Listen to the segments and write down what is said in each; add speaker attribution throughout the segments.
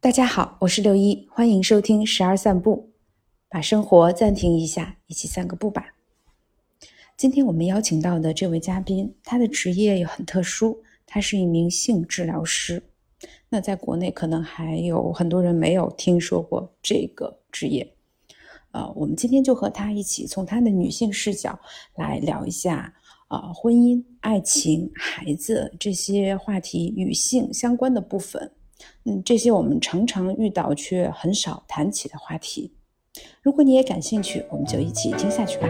Speaker 1: 大家好，我是六一，欢迎收听十二散步，把生活暂停一下，一起散个步吧。今天我们邀请到的这位嘉宾，他的职业也很特殊，他是一名性治疗师。那在国内可能还有很多人没有听说过这个职业，呃，我们今天就和他一起从他的女性视角来聊一下，呃，婚姻、爱情、孩子这些话题与性相关的部分。嗯，这些我们常常遇到却很少谈起的话题。如果你也感兴趣，我们就一起听下去吧。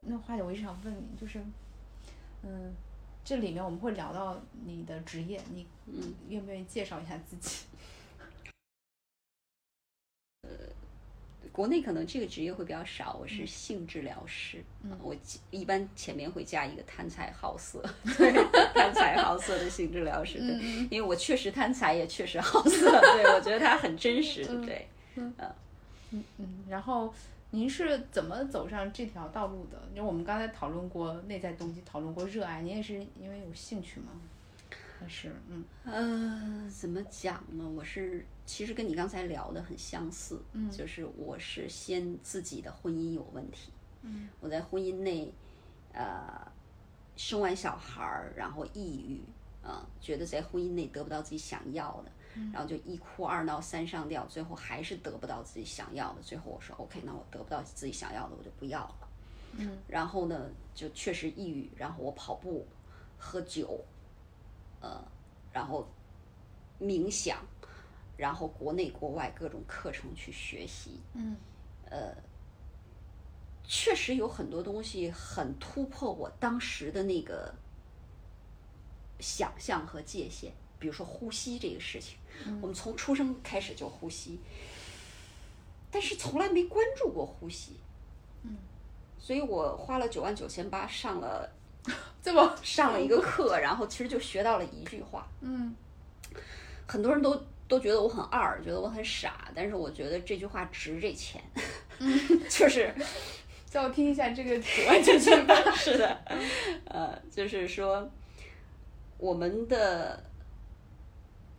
Speaker 2: 那花姐，我一直想问你，就是，嗯，这里面我们会聊到你的职业，你
Speaker 3: 嗯
Speaker 2: 愿不愿意介绍一下自己？
Speaker 3: 国内可能这个职业会比较少，我是性治疗师，
Speaker 2: 嗯
Speaker 3: 我一般前面会加一个贪财好色， 对，贪财好色的性治疗师，对，
Speaker 2: 嗯
Speaker 3: 因为我确实贪财，也确实好色，对我觉得他很真实，对，
Speaker 2: 嗯 嗯。然后您是怎么走上这条道路的？因为我们刚才讨论过内在动机，讨论过热爱，您也是因为有兴趣吗？还是嗯
Speaker 3: 呃，怎么讲呢？我是其实跟你刚才聊的很相似，
Speaker 2: 嗯
Speaker 3: 就是我是先自己的婚姻有问题，
Speaker 2: 嗯，
Speaker 3: 我在婚姻内，呃，生完小孩儿，然后抑郁，啊、觉得在婚姻内得不到自己想要的，
Speaker 2: 嗯
Speaker 3: 然后就一哭二闹三上吊，最后还是得不到自己想要的。最后我说 OK，那我得不到自己想要的，我就不要了。
Speaker 2: 嗯，
Speaker 3: 然后呢，就确实抑郁，然后我跑步、喝酒，呃，然后冥想，然后国内国外各种课程去学习，
Speaker 2: 嗯
Speaker 3: 确实有很多东西很突破我当时的那个想象和界限。比如说呼吸这个事情，我们从出生开始就呼吸，但是从来没关注过呼吸。
Speaker 2: 嗯，
Speaker 3: 所以我花了九万九千八上了
Speaker 2: 这么
Speaker 3: 上了一个课，然后其实就学到了一句话，
Speaker 2: 嗯
Speaker 3: 很多人都都觉得我很二，觉得我很傻，但是我觉得这句话值这钱， 就是
Speaker 2: 叫我听一下这个 九万九千八。
Speaker 3: 是的，呃，就是说我们的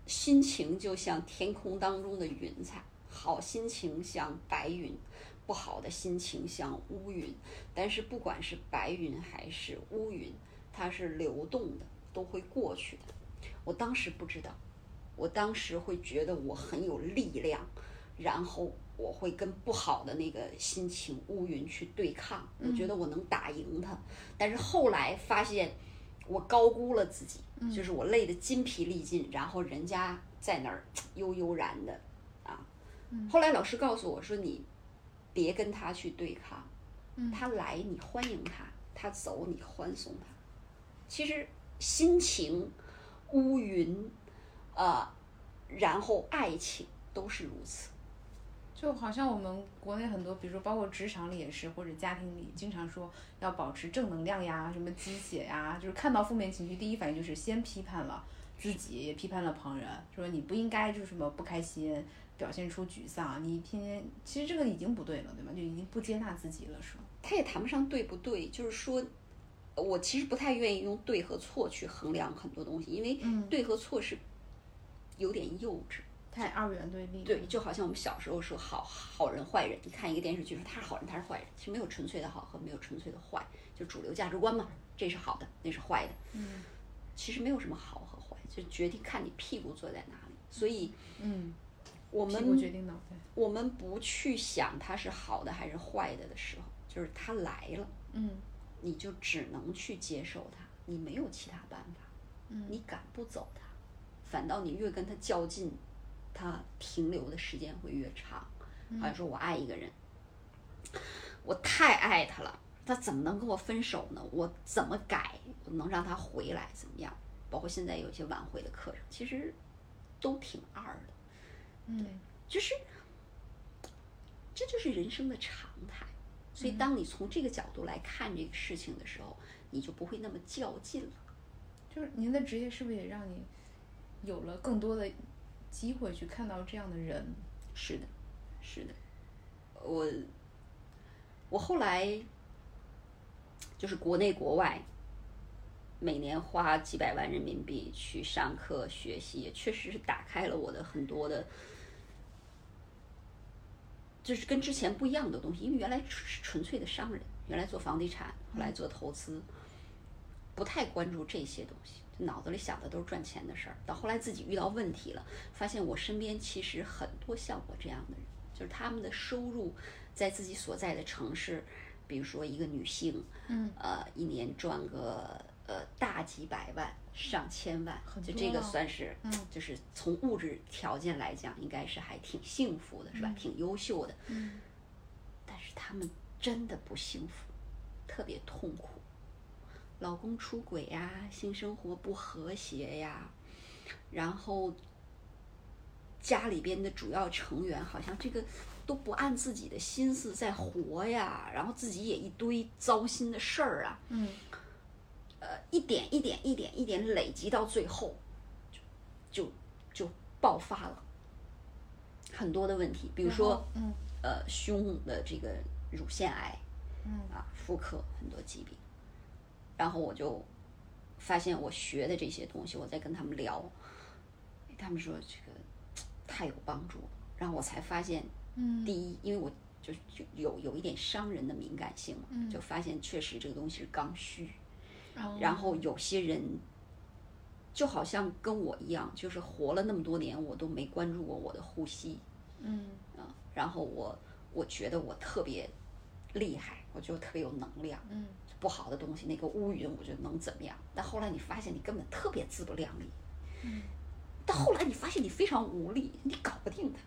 Speaker 3: 心情就像天空当中的云彩，好心情像白云，不好的心情像乌云。但是不管是白云还是乌云，它是流动的，都会过去的。我当时不知道，我当时会觉得我很有力量，然后我会跟不好的那个心情乌云去对抗，我觉得我能打赢它。但是后来发现，我高估了自己，就是我累得筋疲力尽，然后人家在那儿嘖悠悠然的啊。后来老师告诉我说，你别跟他去对抗，他来你欢迎他，他走你欢送他。其实心情、乌云，呃，然后爱情都是如此。
Speaker 2: 就好像我们国内很多，比如说包括职场里也是，或者家庭里，经常说要保持正能量呀，什么鸡血呀，就是看到负面情绪，第一反应就是先批判了自己，也批判了旁人，说你不应该就是什么不开心，表现出沮丧，你天天其实这个已经不对了，对吧？就已经不接纳自己了，是吗？
Speaker 3: 他也谈不上对不对，就是说，我其实不太愿意用对和错去衡量很多东西，因为
Speaker 2: 嗯
Speaker 3: 对和错是有点幼稚。
Speaker 2: 太二元对立。
Speaker 3: 对，就好像我们小时候说好好人坏人，你看一个电视剧说他是好人，他是坏人，其实没有纯粹的好和没有纯粹的坏，就主流价值观嘛，这是好的，那是坏的。
Speaker 2: 嗯
Speaker 3: 其实没有什么好和坏，就决定看你屁股坐在哪里。所以
Speaker 2: 嗯，
Speaker 3: 我
Speaker 2: 屁股
Speaker 3: 们
Speaker 2: 决定脑袋。
Speaker 3: 我们不去想它是好的还是坏的的时候，就是它来了。
Speaker 2: 嗯
Speaker 3: 你就只能去接受它，你没有其他办法，
Speaker 2: 嗯
Speaker 3: 你赶不走它，反倒你越跟它较劲，它停留的时间会越长。
Speaker 2: 嗯
Speaker 3: 好像说我爱一个人，我太爱他了，他怎么能跟我分手呢？我怎么改，我能让他回来？怎么样？包括现在有一些挽回的课程，其实都挺二的，
Speaker 2: 嗯
Speaker 3: 就是这就是人生的常态。
Speaker 2: 嗯
Speaker 3: 所以，当你从这个角度来看这个事情的时候，你就不会那么较劲了。
Speaker 2: 就是您的职业是不是也让你有了更多的机会去看到这样的人？
Speaker 3: 是的，是的，我我后来就是国内国外，每年花几百万人民币去上课学习，也确实是打开了我的很多的，就是跟之前不一样的东西。因为原来是纯粹的商人，原来做房地产，后来做投资，不太关注这些东西，就脑子里想的都是赚钱的事儿。到后来自己遇到问题了，发现我身边其实很多像我这样的人，就是他们的收入在自己所在的城市，比如说一个女性，
Speaker 2: 嗯，
Speaker 3: 呃，一年赚个呃大几百万、上千万，
Speaker 2: 很
Speaker 3: 就
Speaker 2: 多
Speaker 3: 这个
Speaker 2: 了
Speaker 3: 算是，
Speaker 2: 嗯
Speaker 3: 就是从物质条件来讲，应该是还挺幸福的，是吧？
Speaker 2: 嗯
Speaker 3: 挺优秀的，
Speaker 2: 嗯
Speaker 3: 但是他们真的不幸福，特别痛苦，老公出轨呀、性生活不和谐呀、然后家里边的主要成员好像这个都不按自己的心思在活呀，然后自己也一堆糟心的事儿啊，
Speaker 2: 嗯
Speaker 3: 呃，一点一点一点一点累积到最后，就就就爆发了很多的问题，比如
Speaker 2: 然
Speaker 3: 说
Speaker 2: 后嗯
Speaker 3: 呃胸的这个乳腺癌
Speaker 2: 嗯
Speaker 3: 啊、妇科很多疾病，然后我就发现我学的这些东西，我在跟他们聊，他们说这个太有帮助了，然后我才发现
Speaker 2: 嗯
Speaker 3: 第一，因为我就是就有有一点商人的敏感性嘛，
Speaker 2: 嗯哦
Speaker 3: 就发现确实这个东西是刚需，
Speaker 2: 然后
Speaker 3: 然后有些人就好像跟我一样，就是活了那么多年，我都没关注过我的呼吸
Speaker 2: 嗯
Speaker 3: 啊、然后我我觉得我特别厉害，我觉得我特别有能量，
Speaker 2: 嗯
Speaker 3: 不好的东西那个乌云，我觉得能怎么样？但后来你发现你根本特别自不量力，
Speaker 2: 嗯
Speaker 3: 但后来你发现你非常无力，你搞不定他。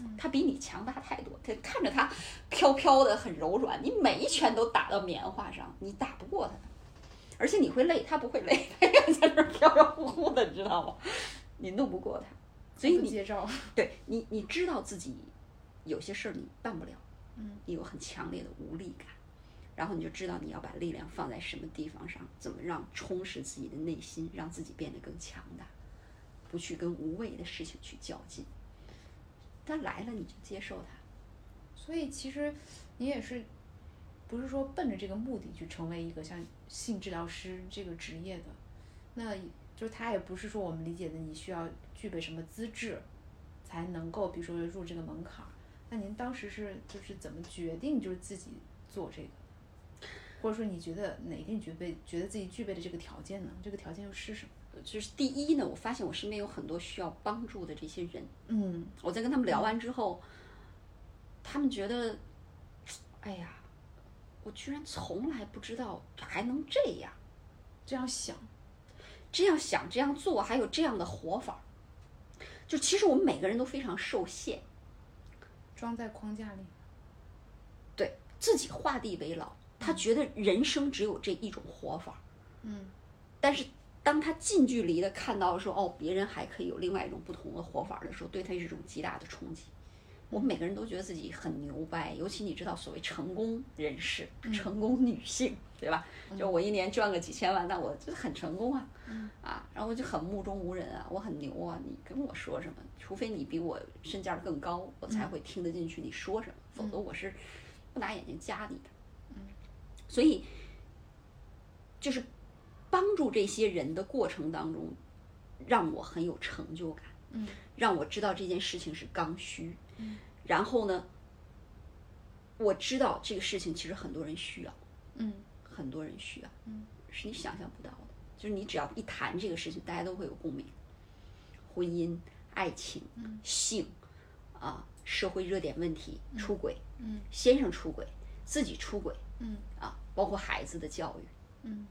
Speaker 2: 嗯
Speaker 3: 他比你强大太多，他看着他飘飘的很柔软，你每一拳都打到棉花上，你打不过他，而且你会累，他不会累，他永远在那儿飘飘忽忽的，你知道吗？你弄不过他，所以
Speaker 2: 不
Speaker 3: 你
Speaker 2: 接招，
Speaker 3: 对你你知道自己有些事儿你办不了，
Speaker 2: 嗯
Speaker 3: 你有很强烈的无力感，然后你就知道你要把力量放在什么地方上，怎么让充实自己的内心，让自己变得更强大，不去跟无谓的事情去较劲。但来了你就接受它，
Speaker 2: 所以其实你也是，不是说奔着这个目的去成为一个像性治疗师这个职业的，那就他也不是说我们理解的你需要具备什么资质才能够，比如说入这个门槛儿。那您当时是就是怎么决定就是自己做这个，或者说你觉得哪个你具备觉得自己具备的这个条件呢？这个条件又是什么？
Speaker 3: 就是第一呢，我发现我身边有很多需要帮助的这些人，
Speaker 2: 嗯
Speaker 3: 我在跟他们聊完之后，他们觉得，哎呀，我居然从来不知道还能这样。
Speaker 2: 这样想，
Speaker 3: 这样想、这样做，还有这样的活法儿。就其实我们每个人都非常受限，
Speaker 2: 装在框架里，
Speaker 3: 对自己画地为牢，他觉得人生只有这一种活法儿。
Speaker 2: 嗯
Speaker 3: 但是当他近距离的看到说哦，别人还可以有另外一种不同的活法儿的时候，对他是一种极大的冲击。我们每个人都觉得自己很牛掰，尤其你知道所谓成功人士、成功女性，对吧？就我一年赚个几千万，那我就很成功啊，啊，然后我就很目中无人啊，我很牛啊，你跟我说什么？除非你比我身价更高，我才会听得进去你说什么，否则我是不拿眼睛夹你的。所以就是帮助这些人的过程当中，让我很有成就感，
Speaker 2: 嗯
Speaker 3: 让我知道这件事情是刚需，
Speaker 2: 嗯
Speaker 3: 然后呢，我知道这个事情其实很多人需要，
Speaker 2: 嗯
Speaker 3: 很多人需要，
Speaker 2: 嗯
Speaker 3: 是你想象不到的，就是你只要一谈这个事情，大家都会有共鸣，婚姻、爱情、
Speaker 2: 嗯
Speaker 3: 性啊、社会热点问题、出轨、
Speaker 2: 嗯
Speaker 3: 先生出轨、自己出轨
Speaker 2: 嗯
Speaker 3: 啊，包括孩子的教育。
Speaker 2: 嗯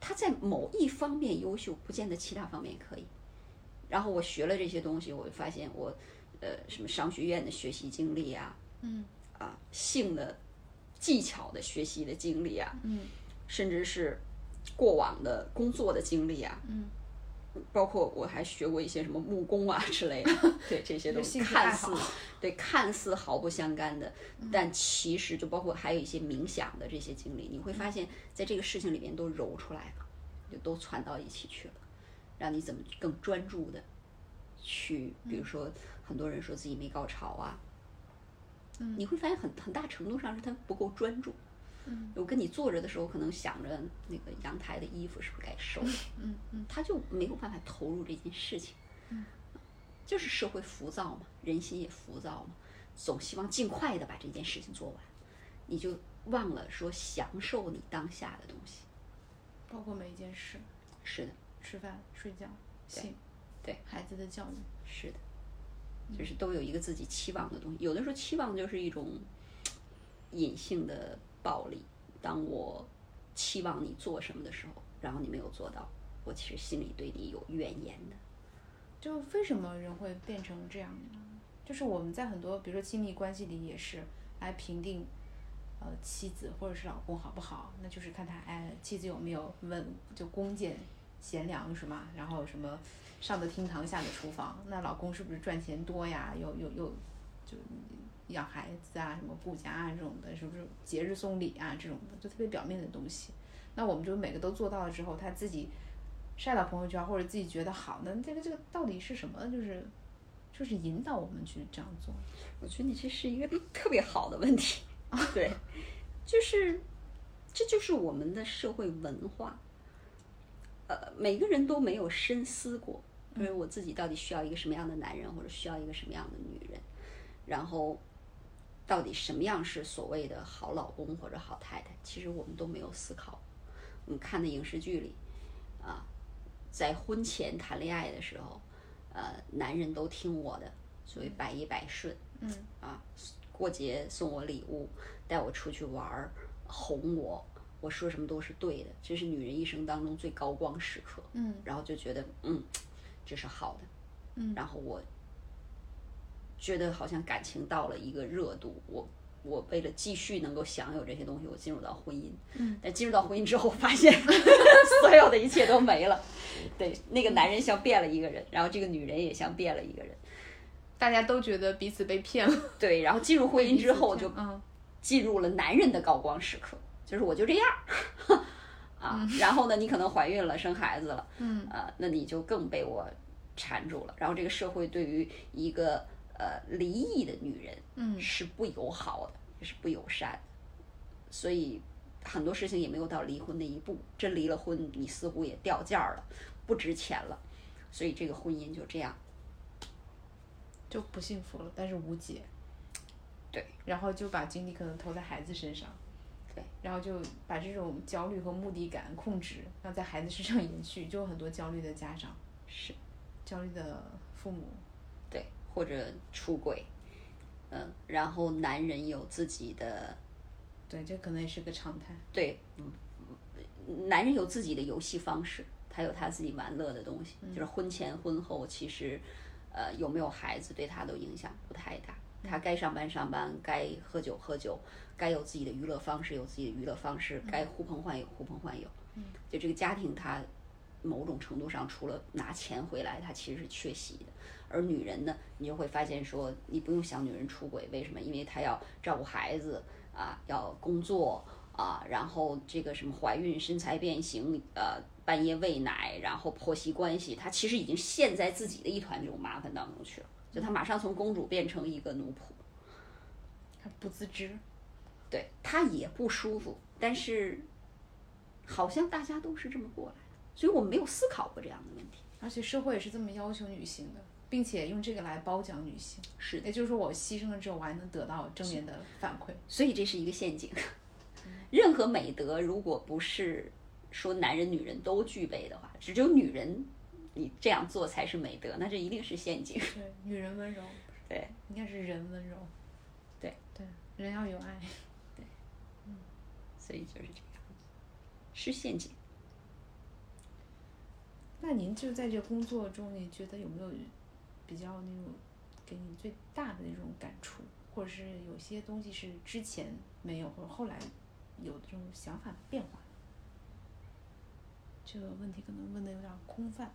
Speaker 3: 他在某一方面优秀，不见得其他方面可以。然后我学了这些东西，我就发现我，呃，什么商学院的学习经历啊，
Speaker 2: 嗯
Speaker 3: 啊，性的技巧的学习的经历啊，
Speaker 2: 嗯
Speaker 3: 甚至是过往的工作的经历啊，
Speaker 2: 嗯，
Speaker 3: 包括我还学过一些什么木工啊之 类的，对这些东西
Speaker 2: 兴趣爱
Speaker 3: 看
Speaker 2: 好嗯
Speaker 3: 似 对看似毫不相干的，但其实就包括还有一些冥想的这些经历，你会
Speaker 2: 嗯
Speaker 3: 发现在这个事情里面都揉出来了，就都攒到一起去了，让你怎么更专
Speaker 2: 嗯
Speaker 3: 注的去，比如说很多人说自己没高潮啊，
Speaker 2: 嗯
Speaker 3: 你会发现很很大程度上是他不够专注。
Speaker 2: 嗯
Speaker 3: 我跟你坐着的时候，可能想着那个阳台的衣服是不是该收了，
Speaker 2: 嗯嗯
Speaker 3: 他就没有办法投入这件事情。
Speaker 2: 嗯，
Speaker 3: 就是社会浮躁嘛，人心也浮躁嘛，总希望尽快的把这件事情做完，你就忘了说享受你当下的东西。
Speaker 2: 包括每一件事，
Speaker 3: 是的，
Speaker 2: 吃饭、睡觉、性，
Speaker 3: 对
Speaker 2: 孩子的教育，
Speaker 3: 是的，就是都有一个自己期望的东西。有的时候期望就是一种隐性的暴力。当我期望你做什么的时候，然后你没有做到，我其实心里对你有怨言的。
Speaker 2: 就为什么人会变成这样呢？就是我们在很多，比如说亲密关系里也是来评定，呃，妻子或者是老公好不好，那就是看他哎，妻子有没有问就恭俭贤良是吗？然后什么上的厅堂，下的厨房，那老公是不是赚钱多呀？有有有，就养孩子啊，什么顾家啊这种的，是不是节日送礼啊这种的，就特别表面的东西。那我们就每个都做到了之后，他自己晒到朋友圈或者自己觉得好，那这个这个到底是什么？就是就是引导我们去这样做。
Speaker 3: 我觉得你这是一个特别好的问题，对，就是这就是我们的社会文化，呃，每个人都没有深思过，因为我自己到底需要一个什么样的男人，或者需要一个什么样的女人，然后到底什么样是所谓的好老公或者好太太，其实我们都没有思考。我们看的影视剧里，啊，在婚前谈恋爱的时候，呃，男人都听我的，所谓百依百顺。
Speaker 2: 嗯
Speaker 3: 啊，过节送我礼物，带我出去玩儿，哄我，我说什么都是对的，这是女人一生当中最高光时刻。
Speaker 2: 嗯
Speaker 3: 然后就觉得，嗯，这是好的。
Speaker 2: 嗯
Speaker 3: 然后我觉得好像感情到了一个热度，我我为了继续能够享有这些东西，我进入到婚姻。
Speaker 2: 嗯，
Speaker 3: 但进入到婚姻之后，我发现 所有的一切都没了。对，那个男人像变了一个人，然后这个女人也像变了一个人。
Speaker 2: 大家都觉得彼此被骗 了。
Speaker 3: 对，然后进入婚姻之后就
Speaker 2: 嗯
Speaker 3: 进入了男人的高光时刻，就是我就这样儿 啊。然后呢，你可能怀孕了，生孩子了，
Speaker 2: 嗯
Speaker 3: 呃，那你就更被我缠住了。然后这个社会对于一个呃离异的女人，
Speaker 2: 嗯
Speaker 3: 是不友好的，也是不友善的，所以很多事情也没有到离婚那一步。真离了婚，你似乎也掉价儿了，不值钱了，所以这个婚姻就这样。
Speaker 2: 就不幸福了，但是无解。
Speaker 3: 对，
Speaker 2: 然后就把精力可能投在孩子身上。
Speaker 3: 对，
Speaker 2: 然后就把这种焦虑和目的感控制，让在孩子身上 延续，就有很多焦虑的家长、
Speaker 3: 是。
Speaker 2: 焦虑的父母。
Speaker 3: 对，或者出轨，嗯，然后男人有自己的
Speaker 2: 对，这可能也是个常态。
Speaker 3: 对，嗯男人有自己的游戏方式，他有他自己玩乐的东西，就是婚前婚后其实，呃，有没有孩子对他都影响不太大。他该上班上班，该喝酒喝酒，该有自己的娱乐方式有自己的娱乐方式，该呼朋唤友呼朋唤友。嗯，就这个家庭，他某种程度上除了拿钱回来，他其实是缺席的。而女人呢，你就会发现说，你不用想女人出轨，为什么？因为她要照顾孩子啊，要工作啊，然后这个什么怀孕、身材变形，呃，半夜喂奶，然后婆媳关系，她其实已经陷在自己的一团这种麻烦当中去了。就她马上从公主变成一个奴仆，
Speaker 2: 他不自知，
Speaker 3: 对她也不舒服，但是好像大家都是这么过来的，所以我没有思考过这样的问题。
Speaker 2: 而且社会也是这么要求女性的，并且用这个来褒奖女性。
Speaker 3: 是的，
Speaker 2: 也就是说，我牺牲了之后，我还能得到正面的反馈。
Speaker 3: 所以这是一个陷阱。 任何美德，如果不是说男人、女人都具备的话，只有女人你这样做才是美德，那这一定是陷阱。
Speaker 2: 对，女人温柔，
Speaker 3: 对，
Speaker 2: 应该是人温柔。
Speaker 3: 对
Speaker 2: 对，人要有爱。
Speaker 3: 所以就是这样，是陷阱。
Speaker 2: 那您就在这工作中，你觉得有没有比较那种给你最大的那种感触，或者是有些东西是之前没有，或者后来有这种想法的变化？这个问题可能问的有点空泛。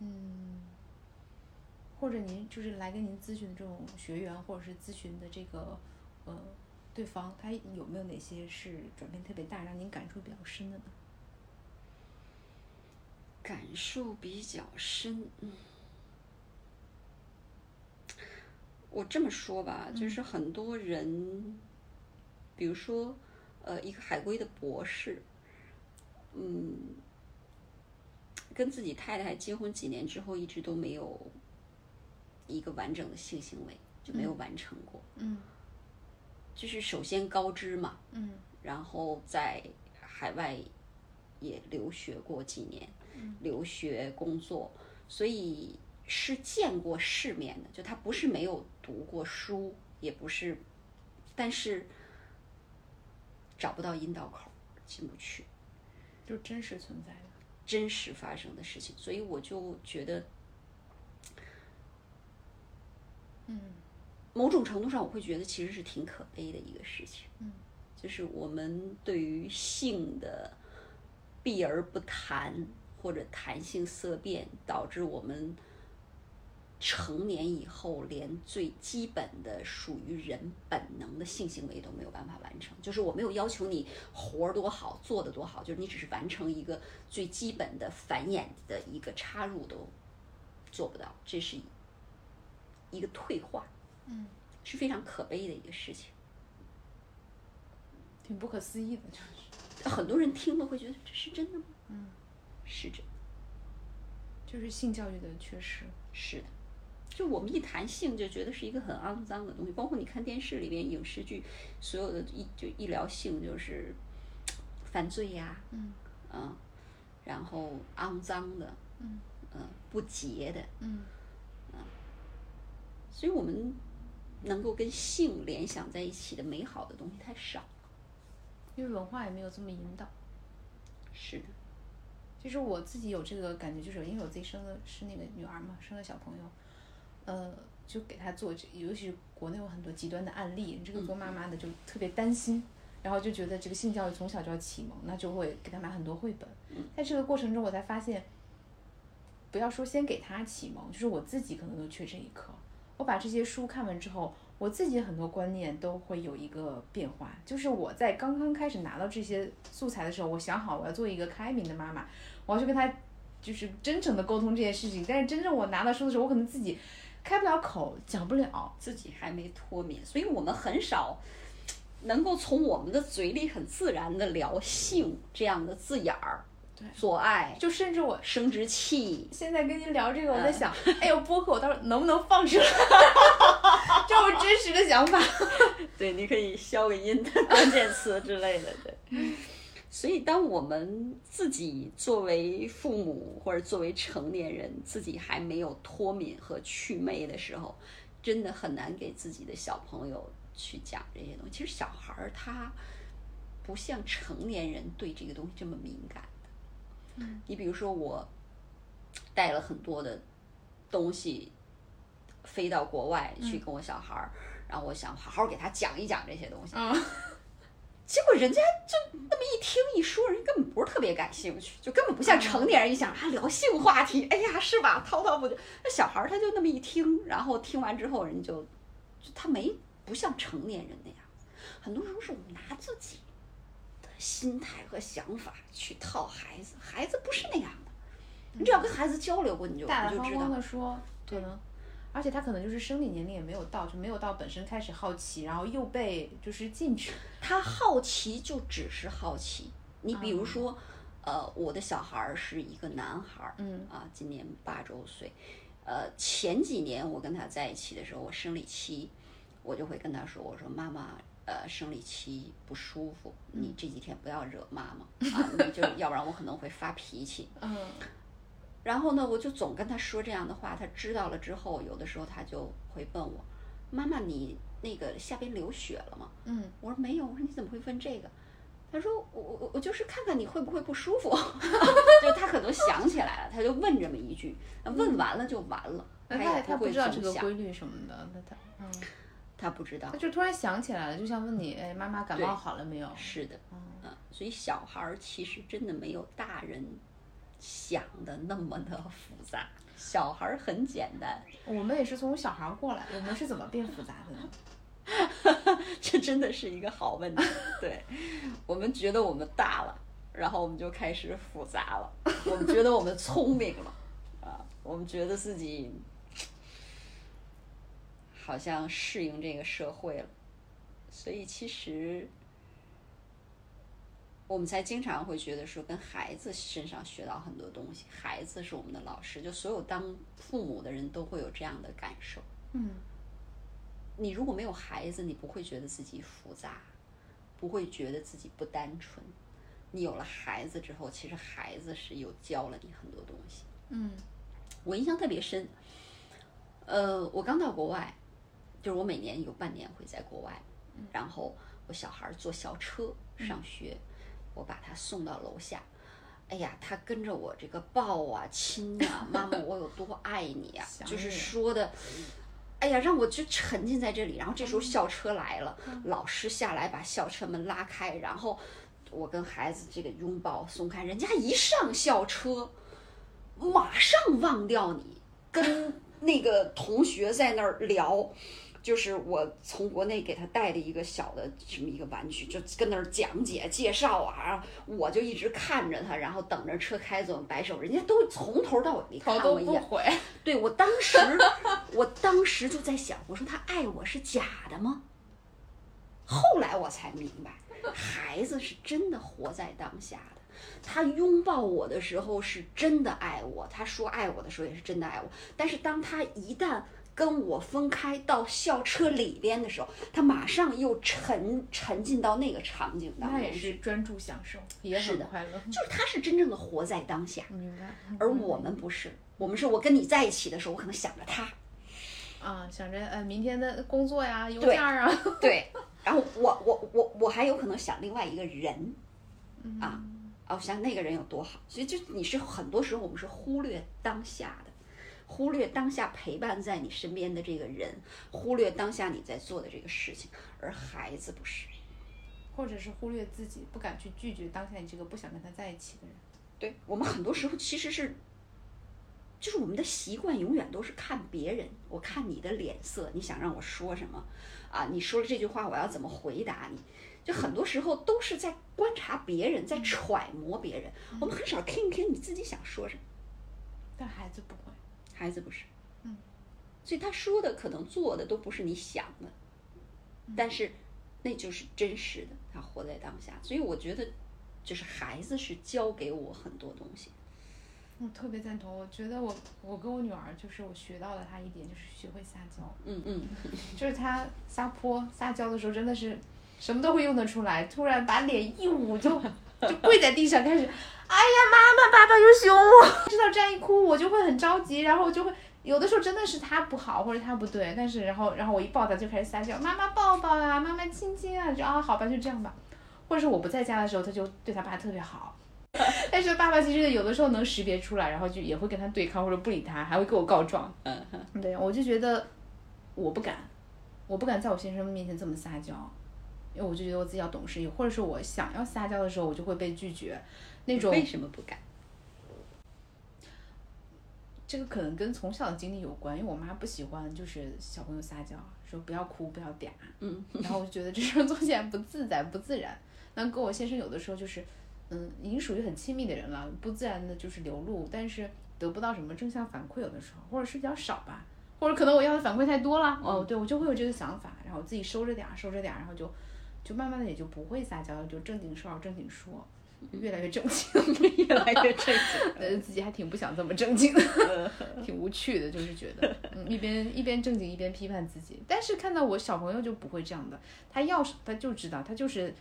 Speaker 2: 嗯，或者您就是来跟您咨询的这种学员，或者是咨询的这个呃对方，他有没有哪些是转变特别大，让您感触比较深的呢？
Speaker 3: 感受比较深，嗯，我这么说吧，就是很多人，比如说，呃，一个海归的博士，嗯，跟自己太太结婚几年之后，一直都没有一个完整的性行为，就没有完成过。
Speaker 2: 嗯
Speaker 3: 就是首先高知嘛，
Speaker 2: 嗯
Speaker 3: 然后在海外也留学过几年，留学工作，所以是见过世面的。就他不是没有读过书，也不是，但是找不到阴道口，进不去。
Speaker 2: 就是真实存在的。
Speaker 3: 真实发生的事情，所以我就觉得，
Speaker 2: 嗯
Speaker 3: 某种程度上，我会觉得其实是挺可悲的一个事情。
Speaker 2: 嗯，
Speaker 3: 就是我们对于性的避而不谈，或者谈性色变，导致我们成年以后连最基本的属于人本能的性行为都没有办法完成。就是我没有要求你活儿多好，做得多好，就是你只是完成一个最基本的繁衍的一个插入都做不到，这是一个退化。
Speaker 2: 嗯，
Speaker 3: 是非常可悲的一个事情。
Speaker 2: 挺不可思议的，就是
Speaker 3: 很多人听了会觉得这是真的吗？
Speaker 2: 嗯，
Speaker 3: 是真的，
Speaker 2: 就是性教育的缺失。
Speaker 3: 是的。就我们一谈性，就觉得是一个很肮脏的东西。包括你看电视里边影视剧，所有的一就一聊性就是犯罪呀、
Speaker 2: 嗯
Speaker 3: 嗯，然后肮脏的，
Speaker 2: 嗯
Speaker 3: 嗯，不洁的。
Speaker 2: 嗯
Speaker 3: 所以我们能够跟性联想在一起的美好的东西太少。
Speaker 2: 因为文化也没有这么引导。
Speaker 3: 是的，
Speaker 2: 其实我自己有这个感觉，就是因为我自己生的是那个女儿嘛，生了小朋友，呃，就给她做这，尤其是国内有很多极端的案例，这个做妈妈的就特别担心，然后就觉得这个性教育从小就要启蒙，那就会给她买很多绘本。在这个过程中，我才发现，不要说先给她启蒙，就是我自己可能都缺这一课。我把这些书看完之后，我自己很多观念都会有一个变化。就是我在刚刚开始拿到这些素材的时候，我想好我要做一个开明的妈妈，我要去跟她就是真诚的沟通这件事情。但是真正我拿到书的时候，我可能自己开不了口，讲不了。
Speaker 3: 自己还没脱敏，所以我们很少能够从我们的嘴里很自然的聊性这样的字眼儿，
Speaker 2: 对
Speaker 3: 做爱、
Speaker 2: 就甚至我
Speaker 3: 生殖器，
Speaker 2: 现在跟您聊这个，我在想，哎呦，播客我到时候能不能放 出来？这是我真实的想法。
Speaker 3: 对，你可以消个音 的关键词之类的，对。所以，当我们自己作为父母或者作为成年人，自己还没有脱敏和祛魅的时候，真的很难给自己的小朋友去讲这些东西。其实，小孩儿他不像成年人对这个东西这么敏感的。你比如说，我带了很多的东西飞到国外去跟我小孩儿，然后我想好好给他讲一讲这些东西。
Speaker 2: 嗯
Speaker 3: 结果人家就那么一听一说，人根本不是特别感兴趣，就根本不像成年人一想啊聊性话题，哎呀是吧？滔滔不绝。那小孩儿他就那么一听，然后听完之后人就，就他没不像成年人那样，很多时候是我们拿自己的心态和想法去套孩子，孩子不是那样的。你只要跟孩子交流过，你就
Speaker 2: 大大
Speaker 3: 你就
Speaker 2: 方
Speaker 3: 知
Speaker 2: 方
Speaker 3: 道
Speaker 2: 的说，可能，而且他可能就是生理年龄也没有到，就没有到本身开始好奇，然后又被就是禁止。
Speaker 3: 他好奇就只是好奇。你比如说，呃，我的小孩儿是一个男孩儿，
Speaker 2: 嗯
Speaker 3: 啊，今年八周岁。呃，前几年我跟他在一起的时候，我生理期，我就会跟他说，我说妈妈，呃，生理期不舒服，你这几天不要惹妈妈啊，你就要不然我可能会发脾气。
Speaker 2: 嗯
Speaker 3: 然后呢，我就总跟他说这样的话，他知道了之后，有的时候他就会问我，妈妈，你那个下边流血了吗？
Speaker 2: 嗯，
Speaker 3: 我说没有，我说你怎么会问这个？他说我我我我就是看看你会不会不舒服， 就他可能想起来了，他就问这么一句，问完了就完了，
Speaker 2: 嗯那
Speaker 3: 他
Speaker 2: 他
Speaker 3: 也
Speaker 2: 也他
Speaker 3: 不
Speaker 2: 不
Speaker 3: 会
Speaker 2: 知道
Speaker 3: 怎
Speaker 2: 这个
Speaker 3: 么想，
Speaker 2: 规律什么的，那他嗯，
Speaker 3: 他不知道
Speaker 2: 他，就突然想起来了，就像问你，哎，妈妈感冒好了没有？
Speaker 3: 是的，
Speaker 2: 嗯
Speaker 3: 嗯，所以小孩儿其实真的没有大人想的那么的复杂，小孩儿很简单，
Speaker 2: 我们也是从小孩儿过来，我们是怎么变复杂的呢？
Speaker 3: 这真的是一个好问题。对，我们觉得我们大了，然后我们就开始复杂了；我们觉得我们聪明了，啊，我们觉得自己好像适应这个社会了，所以其实我们才经常会觉得说，跟孩子身上学到很多东西，孩子是我们的老师，就所有当父母的人都会有这样的感受。
Speaker 2: 嗯，
Speaker 3: 你如果没有孩子，你不会觉得自己复杂，不会觉得自己不单纯。你有了孩子之后，其实孩子是有教了你很多东西。
Speaker 2: 嗯
Speaker 3: 我印象特别深，呃，我刚到国外，就是我每年有半年会在国外，
Speaker 2: 嗯
Speaker 3: 然后我小孩儿坐校车上学，我把他送到楼下。哎呀，他跟着我这个抱啊、亲啊，妈妈，我有多爱你啊，
Speaker 2: 想
Speaker 3: 就是
Speaker 2: 你
Speaker 3: 说的，哎呀，让我就沉浸在这里。然后这
Speaker 2: 嗯
Speaker 3: 时候校车来了，老师下来把校车门拉开，然后我跟孩子这个拥抱松开，人家一上校车，马上忘掉你，跟那个同学在那儿聊。就是我从国内给他带的一个小的这么一个玩具，就跟那儿讲解介绍啊，然后我就一直看着他，然后等着车开走，摆手，人家都从头到尾没看
Speaker 2: 头都
Speaker 3: 我一
Speaker 2: 不
Speaker 3: 眼。
Speaker 2: 回，
Speaker 3: 对我当时，我当时就在想，我说他爱我是假的吗？后来我才明白，孩子是真的活在当下的。他拥抱我的时候是真的爱我，他说爱我的时候也是真的爱我。但是当他一旦跟我分开到校车里边的时候，他马上又沉沉浸到那个场景当
Speaker 2: 那
Speaker 3: 中
Speaker 2: 也
Speaker 3: 去，
Speaker 2: 是专注享受，也
Speaker 3: 是
Speaker 2: 很
Speaker 3: 的
Speaker 2: 快乐。嗯
Speaker 3: 就是他是真正的活在当下。
Speaker 2: 明白。
Speaker 3: 而我们不是，我们是我跟你在一起的时候，我可能想着他，
Speaker 2: 啊，想着呃明天的工作呀、邮
Speaker 3: 对
Speaker 2: 件儿啊，
Speaker 3: 对，然后我我我我还有可能想另外一个人
Speaker 2: 嗯
Speaker 3: 啊啊，我想那个人有多好，所以就你是很多时候我们是忽略当下的，忽略当下陪伴在你身边的这个人，忽略当下你在做的这个事情，而孩子不是，
Speaker 2: 或者是忽略自己，不敢去拒绝当下你这个不想跟他在一起的人。
Speaker 3: 对我们很多时候其实是。就是我们的习惯永远都是看别人，我看你的脸色，你想让我说什么，啊，你说了这句话，我要怎么回答你？就很多时候都是在观察别人，在揣摩别人，我们很少听一听你自己想说什么。
Speaker 2: 但孩子不会，
Speaker 3: 孩子不是，
Speaker 2: 嗯，
Speaker 3: 所以他说的可能做的都不是你想的，但是那就是真实的，他活在当下。所以我觉得，就是孩子是教给我很多东西。
Speaker 2: 我嗯特别赞同。我觉得我我跟我女儿就是我学到了她一点，就是学会撒娇。
Speaker 3: 嗯嗯，
Speaker 2: 就是他撒泼撒娇的时候，真的是什么都会用得出来。突然把脸一捂就， 就跪在地上开始，哎呀，妈妈，爸爸又凶我。知道这样一哭，我就会很着急，然后我就会有的时候真的是他不好或者他不对，但是然后然后我一抱他就开始撒娇，妈妈抱抱啊，妈妈亲亲啊，就啊好吧，就这样吧。或者是我不在家的时候，他就对他爸特别好。但是爸爸其实有的时候能识别出来，然后就也会跟他对抗或者不理他，还会跟我告状。嗯对，我就觉得我不敢，我不敢在我先生面前这么撒娇，因为我就觉得我自己要懂事一点，或者是我想要撒娇的时候，我就会被拒绝。那种
Speaker 3: 为什么不敢？
Speaker 2: 这个可能跟从小的经历有关，因为我妈不喜欢就是小朋友撒娇，说不要哭，不要嗲，
Speaker 3: 嗯，
Speaker 2: 然后我就觉得这事儿做起来不自在、不自然。那跟我先生有的时候就是，嗯，已经属于很亲密的人了，不自然的就是流露，但是得不到什么正向反馈，有的时候或者是比较少吧，或者可能我要的反馈太多了，哦，对我就会有这个想法，然后我自己收着点儿，收着点儿，然后就就慢慢的也就不会撒娇，就正经事儿正经说，越来越正经。
Speaker 3: 越来越正经。
Speaker 2: 呃，自己还挺不想这么正经的，挺无趣的，就是觉得， 嗯，一边一边正经一边批判自己。但是看到我小朋友就不会这样的，他要是他就知道，他就是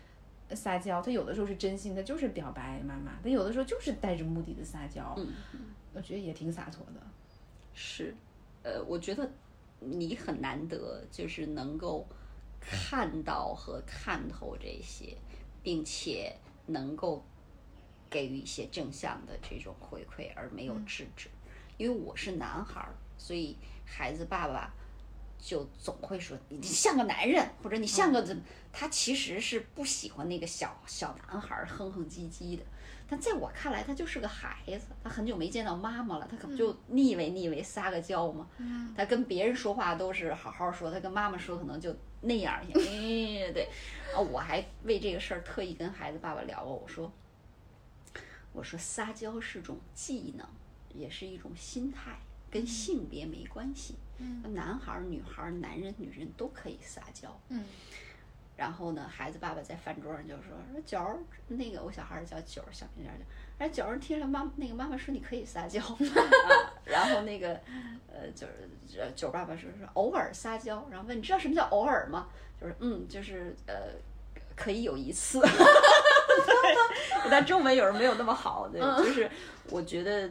Speaker 2: 撒娇，他有的时候是真心，他就是表白妈妈，他有的时候就是带着目的的撒娇，
Speaker 3: 嗯
Speaker 2: 我觉得也挺洒脱的。
Speaker 3: 是，呃，我觉得你很难得，就是能够看到和看透这些，并且能够给予一些正向的这种回馈，而没有制止。因为我是男孩儿，所以孩子爸爸就总会说你像个男人，或者你像个怎么。他其实是不喜欢那个小小男孩儿哼哼唧唧的。但在我看来，他就是个孩子，他很久没见到妈妈了，他可不
Speaker 2: 嗯
Speaker 3: 就腻歪腻歪撒个娇吗？他跟别人说话都是好好说，他跟妈妈说可能就那 样儿一下。嗯，对。啊，我还为这个事儿特意跟孩子爸爸聊啊过，我说，我说撒娇是种技能，也是一种心态。跟性别没关系。
Speaker 2: 嗯
Speaker 3: 男孩儿、女孩儿、男人、女人都可以撒娇。
Speaker 2: 嗯
Speaker 3: 然后呢，孩子爸爸在饭桌上就说：“说九儿，那个我小孩儿叫九儿，小名叫九儿。哎，九儿听着妈那个妈妈说你可以撒娇，啊、然后那个呃九儿九儿爸爸说说偶尔撒娇，然后问你知道什么叫偶尔吗？就是嗯，就是呃可以有一次。 对但中文有时候没有那么好，对，就是我觉得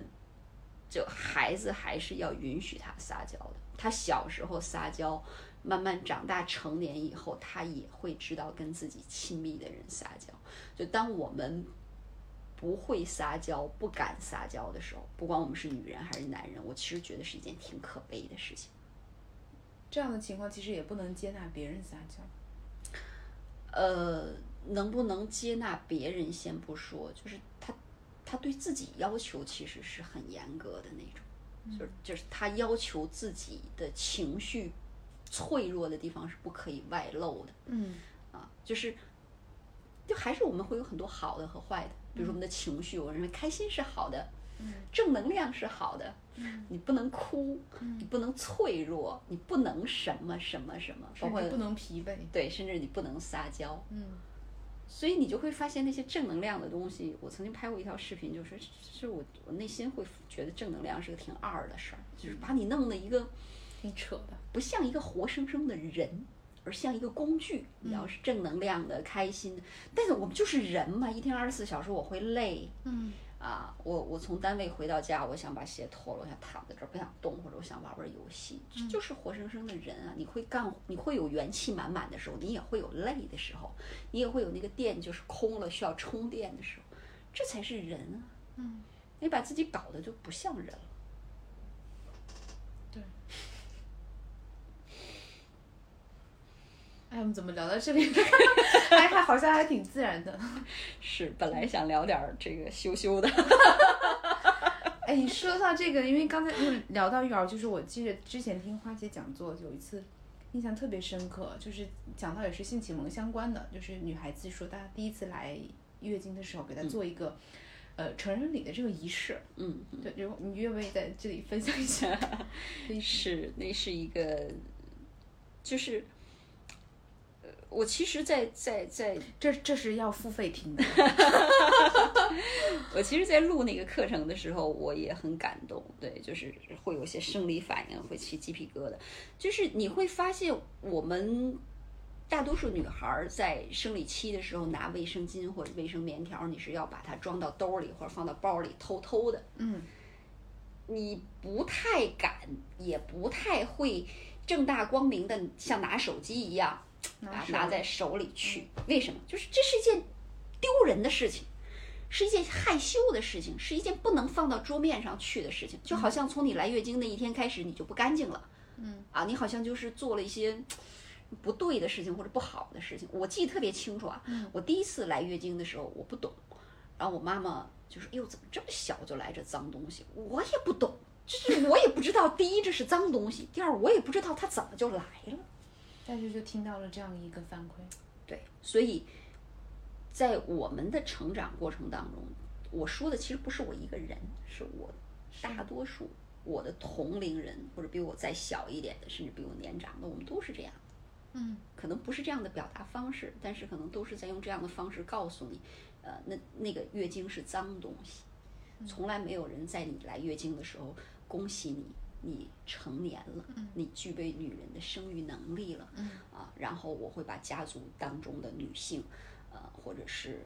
Speaker 3: 就孩子还是要允许他撒娇的。他小时候撒娇，慢慢长大成年以后，他也会知道跟自己亲密的人撒娇。就当我们不会撒娇、不敢撒娇的时候，不管我们是女人还是男人，我其实觉得是一件挺可悲的事情。
Speaker 2: 这样的情况其实也不能接纳别人撒娇。
Speaker 3: 呃，能不能接纳别人先不说，就是他他对自己要求其实是很严格的那种，就是就是他要求自己的情绪脆弱的地方是不可以外露的。
Speaker 2: 嗯
Speaker 3: 啊，就是就还是我们会有很多好的和坏的，比如说我们的情绪，我认为开心是好的，
Speaker 2: 嗯
Speaker 3: 正能量是好的，
Speaker 2: 嗯
Speaker 3: 你不能哭，
Speaker 2: 嗯
Speaker 3: 你不能脆弱，你不能什么什么什么，包
Speaker 2: 甚
Speaker 3: 括
Speaker 2: 至不能疲惫。
Speaker 3: 对，甚至你不能撒娇，
Speaker 2: 嗯
Speaker 3: 所以你就会发现那些正能量的东西。我曾经拍过一条视频，就是是我我内心会觉得正能量是个挺二的事儿，就是把你弄的一个
Speaker 2: 挺扯的。
Speaker 3: 不像一个活生生的人，而像一个工具。你
Speaker 2: 嗯
Speaker 3: 要是正能量的、开心的，但是我们就是人嘛，一天二十四小时我会累
Speaker 2: 嗯
Speaker 3: 啊。我我从单位回到家，我想把鞋脱了，我想躺在这儿不想动，或者我想玩玩游戏，这就是活生生的人啊。你会干，你会有元气满满的时候，你也会有累的时候，你也会有那个电就是空了需要充电的时候，这才是人啊。
Speaker 2: 嗯，
Speaker 3: 你把自己搞得就不像人了。
Speaker 2: 对。哎，我们怎么聊到这 里？哎还还好像还挺自然的。
Speaker 3: 是，本来想聊点儿这个羞羞的。
Speaker 2: 哎，你说到这个，因为刚才又聊到育儿，就是我记得之前听花姐讲座有一次，印象特别深刻，就是讲到也是性启蒙相关的，就是女孩子说她第一次来月经的时候，给她做一个、呃成人礼的这个仪式。
Speaker 3: 嗯，
Speaker 2: 对，就你愿不愿意在这里分享一下？
Speaker 3: 是，那是一个，就是，呃，我其实在，在在
Speaker 2: 这这是要付费听的。
Speaker 3: 我其实，在录那个课程的时候，我也很感动。对，就是会有一些生理反应，会起鸡皮疙瘩。就是你会发现，我们大多数女孩儿在生理期的时候，拿卫生巾或者卫生棉条，你是要把它装到兜里或者放到包里，偷偷的。
Speaker 2: 嗯
Speaker 3: 你不太敢，也不太会正大光明的像拿手机一样
Speaker 2: 拿
Speaker 3: 啊
Speaker 2: 手嗯
Speaker 3: 拿在手里去。为什么？就是这是一件丢人的事情，是一件害羞的事情，是一件不能放到桌面上去的事情。就好像从你来月经那一天开始，你就不干净了。
Speaker 2: 嗯
Speaker 3: 啊，你好像就是做了一些不对的事情或者不好的事情。我记得特别清楚啊，
Speaker 2: 嗯
Speaker 3: 我第一次来月经的时候我不懂，然后我妈妈就说：“哎哟，怎么这么小就来这脏东西？”我也不懂，就是我也不知道，第一这是脏东西，第二我也不知道它怎么就来了。
Speaker 2: 但是就听到了这样一个反馈。
Speaker 3: 对，所以在我们的成长过程当中，我说的其实不是我一个人，是我大多数我的同龄人或者比我再小一点的，甚至比我年长的，我们都是这样。
Speaker 2: 嗯
Speaker 3: 可能不是这样的表达方式，但是可能都是在用这样的方式告诉你，呃，那那个月经是脏东西，从来没有人在你来月经的时候恭喜你，你成年了，你具备女人的生育能力了，
Speaker 2: 嗯
Speaker 3: 啊，然后我会把家族当中的女性，呃，或者是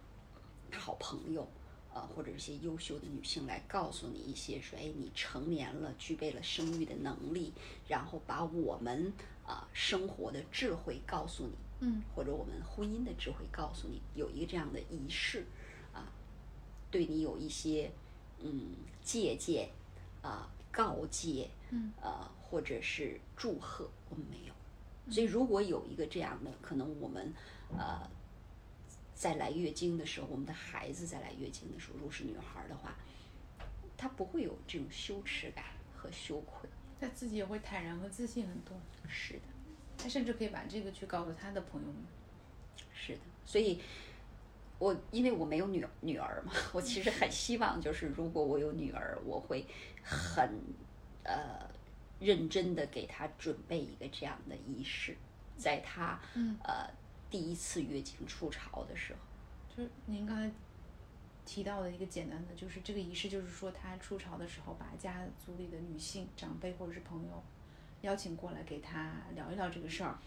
Speaker 3: 好朋友。呃，或者一些优秀的女性来告诉你一些说，哎，你成年了，具备了生育的能力，然后把我们啊、生活的智慧告诉你，
Speaker 2: 嗯
Speaker 3: 或者我们婚姻的智慧告诉你，有一个这样的仪式啊，对你有一些嗯借鉴啊、告诫，
Speaker 2: 嗯
Speaker 3: 呃，或者是祝贺，我们没有。所以如果有一个这样的，可能我们呃在来月经的时候，我们的孩子在来月经的时候，如果是女孩儿的话，她不会有这种羞耻感和羞愧。
Speaker 2: 他自己也会坦然和自信很多，
Speaker 3: 是的。
Speaker 2: 他甚至可以把这个去告诉他的朋友们。
Speaker 3: 是的，所以我因为我没有女女 儿嘛，我其实很希望就是如果我有女儿，我会很呃呃认真的给他准备一个这样的仪式，在他、
Speaker 2: 嗯
Speaker 3: 呃第一次月经初潮的时候。
Speaker 2: 就是您刚才提到的一个简单的，就是这个仪式，就是说他出朝的时候，把家族里的女性长辈或者是朋友邀请过来，给他聊一聊这个事儿。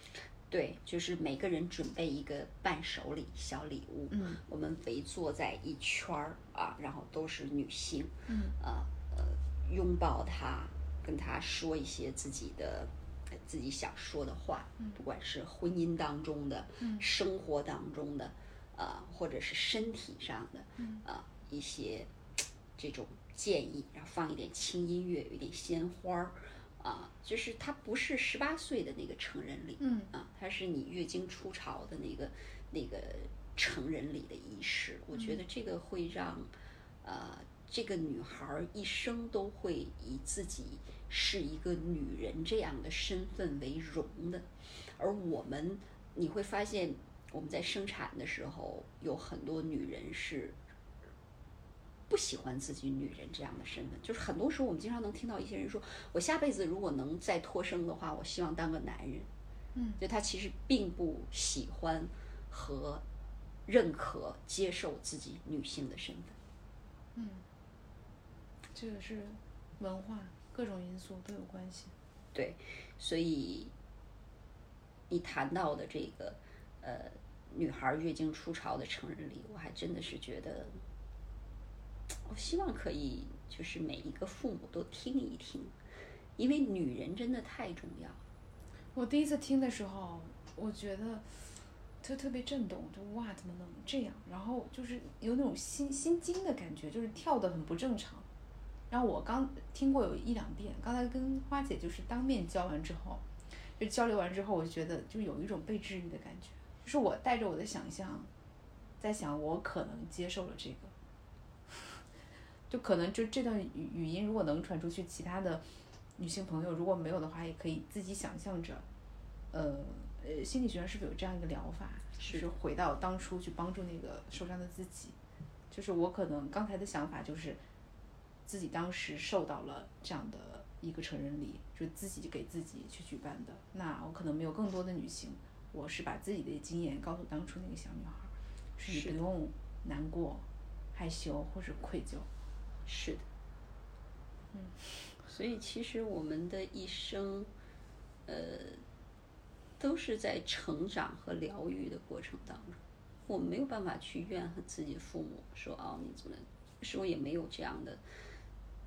Speaker 3: 对，就是每个人准备一个伴手礼、小礼物。
Speaker 2: 嗯，
Speaker 3: 我们围坐在一圈儿啊，然后都是女性，
Speaker 2: 嗯
Speaker 3: 呃呃，拥抱她，跟她说一些自己的呃自己想说的话，不管是婚姻当中的、
Speaker 2: 嗯
Speaker 3: 生活当中的，呃，或者是身体上的，
Speaker 2: 嗯
Speaker 3: 呃，一些这种建议，然后放一点轻音乐，有一点鲜花儿。啊，就是它不是十八岁的那个成人礼，
Speaker 2: 嗯
Speaker 3: 啊，它是你月经初潮的那个那个成人礼的仪式。我觉得这个会让，呃，这个女孩儿一生都会以自己是一个女人这样的身份为荣的。而我们你会发现，我们在生产的时候，有很多女人是。不喜欢自己女人这样的身份，就是很多时候我们经常能听到一些人说：“我下辈子如果能再脱生的话，我希望当个男人。”
Speaker 2: 嗯
Speaker 3: 就他其实并不喜欢和认可、接受自己女性的身份。
Speaker 2: 嗯，这个是文化各种因素都有关系。
Speaker 3: 对，所以你谈到的这个呃，女孩月经初潮的成人礼，我还真的是觉得，我希望可以就是每一个父母都听一听，因为女人真的太重要了。
Speaker 2: 我第一次听的时候，我觉得特特别震动，就哇，怎么能这样？然后就是有那种心心惊的感觉，就是跳的很不正常。然后我刚听过有一两遍，刚才跟花姐就是当面教完之后，就交流完之后，我就觉得就有一种被治愈的感觉，就是我带着我的想象，在想我可能接受了这个， 就可能就这段语语音如果能传出去，其他的女性朋友如果没有的话，也可以自己想象着，呃呃，心理学上是不是有这样一个疗法，
Speaker 3: 是
Speaker 2: 就是回到当初去帮助那个受伤的自己，就是我可能刚才的想法就是自己当时受到了这样的一个成人礼，就是自己给自己去举办的，那我可能没有更多的女性，我是把自己的经验告诉当初那个小女孩儿，是你
Speaker 3: 是
Speaker 2: 不用难过、害羞或是愧疚。
Speaker 3: 是的，嗯，所以其实我们的一生，呃，都是在成长和疗愈的过程当中，我们没有办法去怨恨自己的父母，说哦你怎么，时候也没有这样的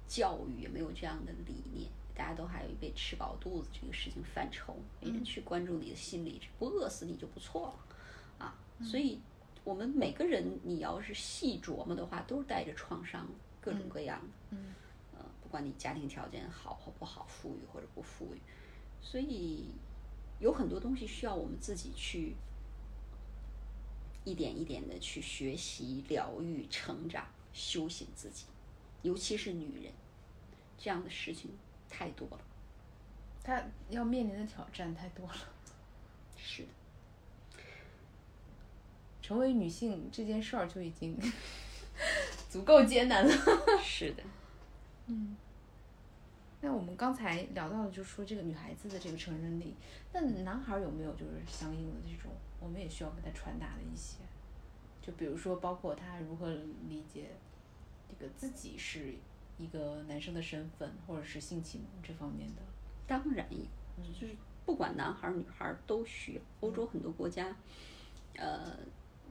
Speaker 3: 教育，也没有这样的理念。大家都还为吃饱肚子这个事情犯愁，没人去关注你的心理，只不过饿死你就不错了啊！所以，我们每个人，你要是细琢磨的话，都是带着创伤，各种各样的。
Speaker 2: 嗯
Speaker 3: 呃，不管你家庭条件好或不好，富裕或者不富裕，所以有很多东西需要我们自己去一点一点的去学习、疗愈、成长、修行自己，尤其是女人，这样的事情太多了。
Speaker 2: 她要面临的挑战太多了，
Speaker 3: 是的，
Speaker 2: 成为女性这件事儿就已经 足够艰难了。
Speaker 3: 是的，
Speaker 2: 那我们刚才聊到的，就是说这个女孩子的这个成人礼，那男孩儿有没有就是相应的这种，我们也需要给他传达的一些，就比如说包括他如何理解这个自己是一个男生的身份，或者是性启蒙这方面的。
Speaker 3: 当然有，
Speaker 2: 嗯
Speaker 3: 就是不管男孩儿女孩儿都需要。欧洲很多国家，呃，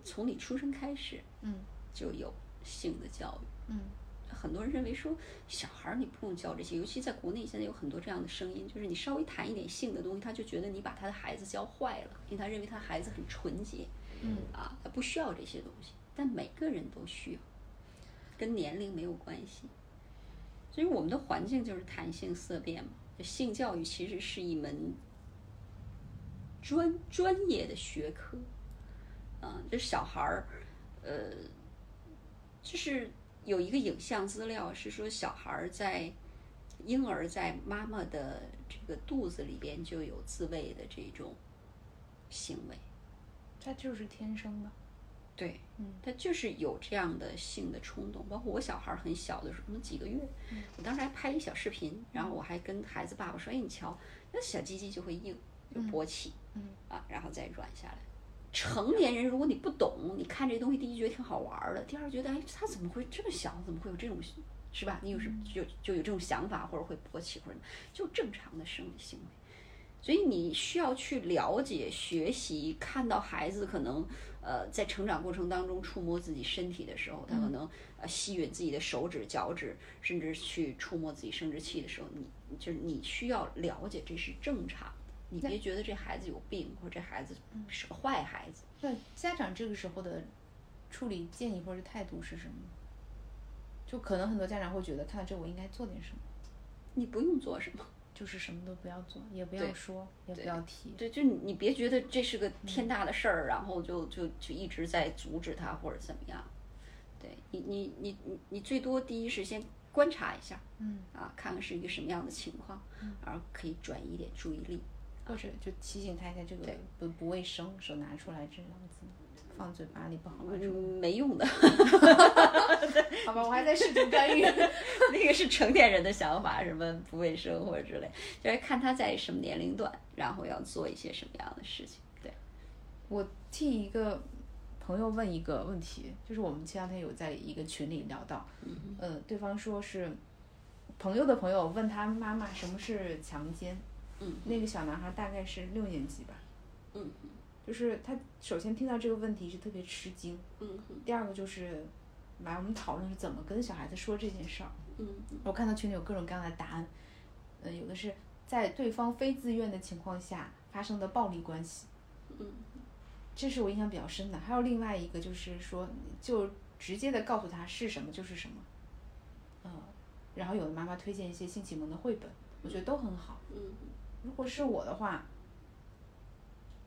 Speaker 3: 从你出生开始
Speaker 2: 嗯
Speaker 3: 就有性的教育。
Speaker 2: 嗯
Speaker 3: 很多人认为说小孩儿你不用教这些，尤其在国内现在有很多这样的声音，就是你稍微谈一点性的东西，他就觉得你把他的孩子教坏了，因为他认为他孩子很纯洁
Speaker 2: 嗯，
Speaker 3: 啊，他不需要这些东西。但每个人都需要，跟年龄没有关系。所以我们的环境就是谈性色变嘛，就性教育其实是一门专专业的学科，啊，就是小孩儿，呃，就是有一个影像资料是说小孩儿在婴儿在妈妈的这个肚子里边就有自慰的这种行为，
Speaker 2: 他就是天生的。
Speaker 3: 对，他就是有这样的性的冲动。包括我小孩儿很小的时候，可能几个月，
Speaker 2: 嗯
Speaker 3: 我当时还拍了一小视频，然后我还跟孩子爸爸说：“哎，你瞧，那小鸡鸡就会硬，就勃起，
Speaker 2: 嗯
Speaker 3: 啊，然后再软下来。”成年人，如果你不懂，你看这东西，第一觉得挺好玩儿的，第二觉得哎，他怎么会这么小？怎么会有这种，是吧？你有时
Speaker 2: 嗯
Speaker 3: 就就有这种想法，或者会勃起，或者就正常的生理行为。所以你需要去了解、学习，看到孩子可能呃在成长过程当中触摸自己身体的时候，他可能呃吸吮自己的手指、脚趾，甚至去触摸自己生殖器的时候，你就是你需要了解这是正常的，你别觉得这孩子有病或者这孩子是个坏孩子。
Speaker 2: 那家长这个时候的处理建议或者态度是什么？就可能很多家长会觉得看到这我应该做点什么，
Speaker 3: 你不用做什么，
Speaker 2: 就是什么都不要做，也不要
Speaker 3: 对
Speaker 2: 说，也不要提。
Speaker 3: 对，就你你别觉得这是个天大的事儿，然后就就就一直在阻止他或者怎么样。对你你你你你最多第一是先观察一下，
Speaker 2: 嗯
Speaker 3: 啊，看看是一个什么样的情况，然后可以转移一点注意力。嗯
Speaker 2: 或者就提醒他一下这个不不卫生，手拿出来这样子放嘴巴里不好玩。
Speaker 3: 嗯，没用的，
Speaker 2: 好吧，我还在试图 干预。
Speaker 3: 那个是成年人的想法，什么不卫生或者之类，就是看他在什么年龄段，然后要做一些什么样的事情。对，
Speaker 2: 我替一个朋友问一个问题，就是我们前两天有在一个群里聊到，
Speaker 3: 嗯
Speaker 2: 呃，对方说是朋友的朋友问他妈妈什么是强奸，
Speaker 3: 嗯，
Speaker 2: 那个小男孩大概是六年级吧，
Speaker 3: 嗯
Speaker 2: 就是他首先听到这个问题是特别吃惊，
Speaker 3: 嗯嗯
Speaker 2: 第二个就是哎来我们讨论是怎么跟小孩子说这件事儿。
Speaker 3: 嗯嗯
Speaker 2: 我看到群里有各种各样的答案，嗯、有的是在对方非自愿的情况下发生的暴力关系，
Speaker 3: 嗯，
Speaker 2: 这是我印象比较深的。还有另外一个就是说，就直接的告诉他是什么就是什么，嗯，然后有的妈妈推荐一些性启蒙的绘本，我觉得都很好。
Speaker 3: 嗯
Speaker 2: 如果是我的话，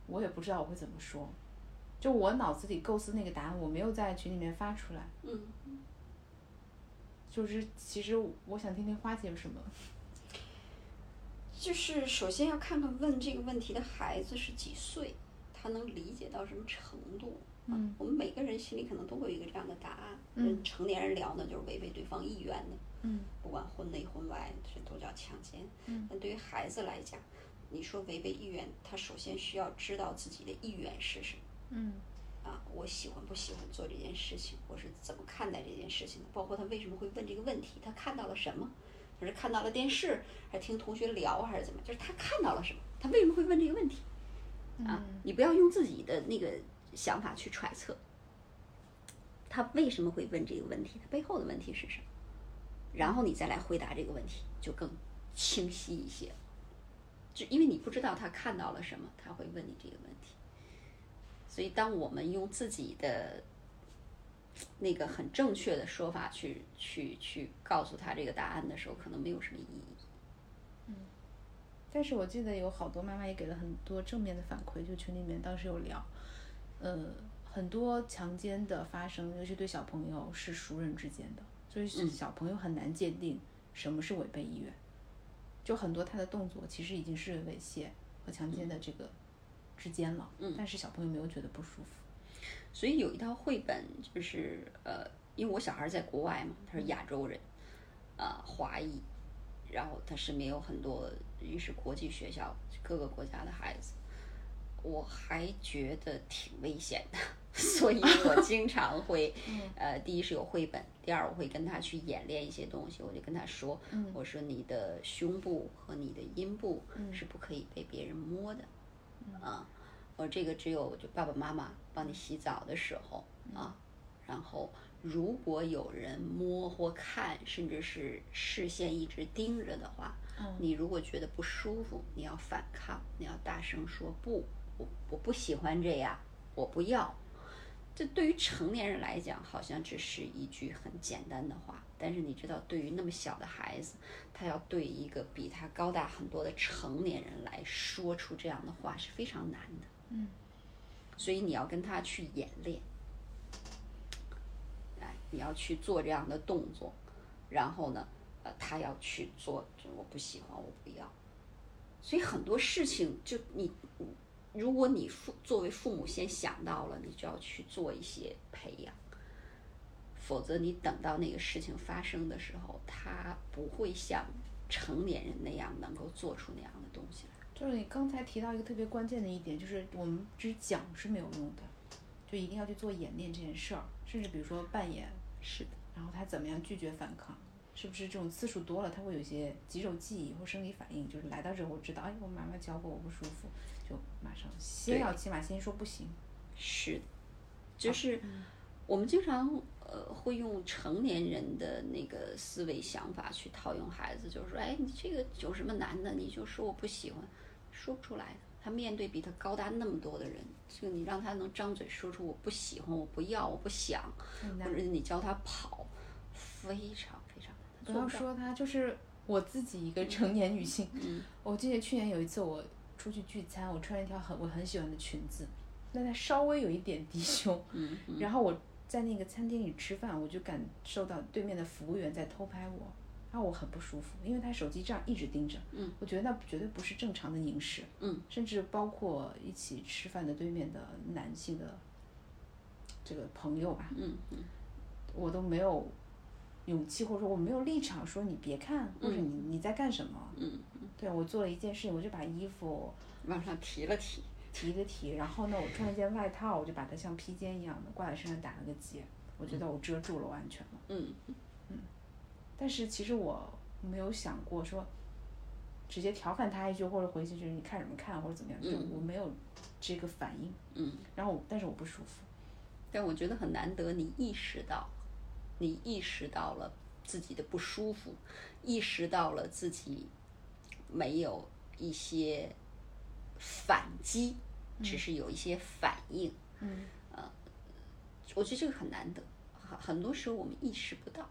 Speaker 2: 我也不知道我会怎么说，就我脑子里构思那个答案，我没有在群里面发出来。
Speaker 3: 嗯。
Speaker 2: 就是其实我想听听花姐有什么，
Speaker 3: 就是首先要看看问这个问题的孩子是几岁，他能理解到什么程度。
Speaker 2: 嗯，
Speaker 3: 我们每个人心里可能都会有一个这样的答案。
Speaker 2: 嗯，
Speaker 3: 成年人聊呢，就是违背对方意愿的，
Speaker 2: 嗯
Speaker 3: 不管婚内婚外，这都叫强奸。
Speaker 2: 嗯，
Speaker 3: 但对于孩子来讲，你说违背意愿，他首先需要知道自己的意愿是什么。
Speaker 2: 嗯。
Speaker 3: 啊，我喜欢不喜欢做这件事情，我是怎么看待这件事情的，包括他为什么会问这个问题，他看到了什么，就是看到了电视，还是听同学聊，还是怎么，就是他看到了什么，他为什么会问这个问题
Speaker 2: 嗯
Speaker 3: 啊？你不要用自己的那个想法去揣测，他为什么会问这个问题，他背后的问题是什么，然后你再来回答这个问题，就更清晰一些。就因为你不知道他看到了什么，他会问你这个问题。所以，当我们用自己的那个很正确的说法去去去告诉他这个答案的时候，可能没有什么意义。
Speaker 2: 但是我记得有好多妈妈也给了很多正面的反馈，就群里面当时有聊，呃，很多强奸的发生，尤其对小朋友是熟人之间的，所以是小朋友很难界定什么是违背意愿，就很多他的动作其实已经是猥亵和强奸的这个之间了，嗯、但是小朋友没有觉得不舒服，
Speaker 3: 所以有一套绘本，就是呃，因为我小孩在国外嘛，他是亚洲人，啊、华裔，然后他身边有很多于是国际学校各个国家的孩子，我还觉得挺危险的， 所以我经常会，呃，第一是有绘本，第二我会跟他去演练一些东西，我就跟他说，我说你的胸部和你的阴部是不可以被别人摸的，啊，我这个只有就爸爸妈妈帮你洗澡的时候啊，然后如果有人摸或看，甚至是视线一直盯着的话，
Speaker 2: 嗯
Speaker 3: 你如果觉得不舒服，你要反抗，你要大声说不，我我不喜欢这样，我不要。这对于成年人来讲，好像只是一句很简单的话，但是你知道，对于那么小的孩子，他要对一个比他高大很多的成年人来说出这样的话是非常难的。
Speaker 2: 嗯，
Speaker 3: 所以你要跟他去演练，哎，你要去做这样的动作，然后呢，呃，他要去做，就我不喜欢，我不要。所以很多事情就你，你如果你父作为父母先想到了，你就要去做一些培养，否则你等到那个事情发生的时候，他不会像成年人那样能够做出那样的东西来。
Speaker 2: 就是你刚才提到一个特别关键的一点，就是我们只讲是没有用的，就一定要去做演练这件事儿，甚至比如说扮演，
Speaker 3: 是的，
Speaker 2: 然后他怎么样拒绝反抗，是不是这种次数多了，他会有一些肌肉记忆或生理反应，就是来到这我知道，哎，我妈妈教过我不舒服，就马上先
Speaker 3: 对
Speaker 2: 要起码先说不行，
Speaker 3: 是的，就是我们经常呃会用成年人的那个思维想法去套用孩子，就是说，哎，你这个有什么难的？你就说我不喜欢，说不出来的。他面对比他高大那么多的人，就你让他能张嘴说出我不喜欢、我不要、我不想，
Speaker 2: 很
Speaker 3: 或
Speaker 2: 难
Speaker 3: 者你教他跑，非常非常难。
Speaker 2: 不
Speaker 3: 他做
Speaker 2: 要
Speaker 3: 到，
Speaker 2: 说他，就是我自己一个成年女性。
Speaker 3: 嗯
Speaker 2: 我记得去年有一次我出去聚餐，我穿了一条很我很喜欢的裙子，那它稍微有一点低胸，
Speaker 3: 嗯嗯，
Speaker 2: 然后我在那个餐厅里吃饭，我就感受到对面的服务员在偷拍我，然后我很不舒服，因为他手机这样一直盯着，
Speaker 3: 嗯，
Speaker 2: 我觉得那绝对不是正常的凝视，
Speaker 3: 嗯，
Speaker 2: 甚至包括一起吃饭的对面的男性的这个朋友吧，
Speaker 3: 嗯嗯，
Speaker 2: 我都没有勇气，或者说我没有立场说你别看，或者你你在干什么。
Speaker 3: 嗯，
Speaker 2: 对啊我做了一件事情，我就把衣服
Speaker 3: 往上提了提，
Speaker 2: 提了提，然后呢，我穿了一件外套，我就把它像披肩一样的挂在身上打了个结，我觉得我遮住了，我安全了。
Speaker 3: 嗯，
Speaker 2: 但是其实我没有想过说直接调侃他一句，或者回去就是你看什么看，或者怎么样，就
Speaker 3: 嗯
Speaker 2: 我没有这个反应。
Speaker 3: 嗯，
Speaker 2: 然后我但是我不舒服。
Speaker 3: 但我觉得很难得，你意识到，你意识到了自己的不舒服，意识到了自己没有一些反击，只是有一些反应。
Speaker 2: 嗯，
Speaker 3: 我觉得这个很难得，很很多时候我们意识不到，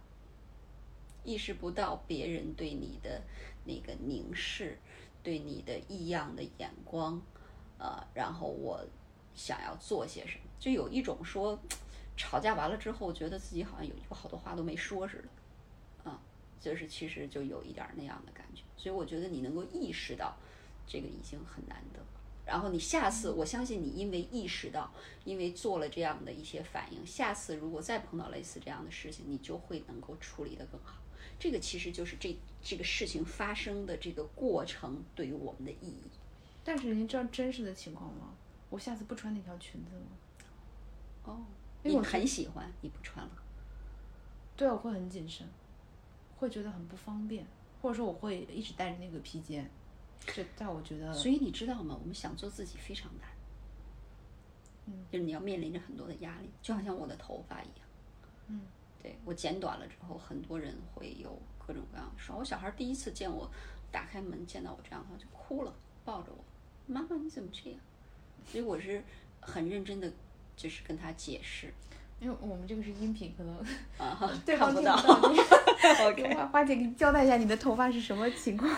Speaker 3: 意识不到别人对你的那个凝视，对你的异样的眼光，呃，然后我想要做些什么，就有一种说吵架完了之后，觉得自己好像有有好多话都没说似的，啊，就是其实就有一点儿那样的感觉，所以我觉得你能够意识到这个已经很难得了。然后你下次，我相信你因为意识到，因为做了这样的一些反应，下次如果再碰到类似这样的事情，你就会能够处理得更好。这个其实就是这这个事情发生的这个过程对于我们的意义。
Speaker 2: 但是您知道真实的情况吗？我下次不穿那条裙子了。
Speaker 3: 哦，
Speaker 2: 因为
Speaker 3: 你
Speaker 2: 我
Speaker 3: 很喜欢，你不穿了。
Speaker 2: 对，我会很谨慎，会觉得很不方便，或者说我会一直带着那个披肩，这在我觉得，
Speaker 3: 所以你知道吗？我们想做自己非常难，
Speaker 2: 嗯，
Speaker 3: 就是你要面临着很多的压力，就好像我的头发一样，
Speaker 2: 嗯，
Speaker 3: 对我剪短了之后，很多人会有各种各样的说，我小孩第一次见我打开门见到我这样，他就哭了，抱着我，妈妈你怎么这样？所以我是很认真的，就是跟他解 释
Speaker 2: 因为我们这个是音频，可能
Speaker 3: 啊，
Speaker 2: 对
Speaker 3: 看
Speaker 2: 方
Speaker 3: 不
Speaker 2: 听
Speaker 3: 到。
Speaker 2: 到。
Speaker 3: OK，
Speaker 2: 花花姐给你交代一下你的头发是什么情况。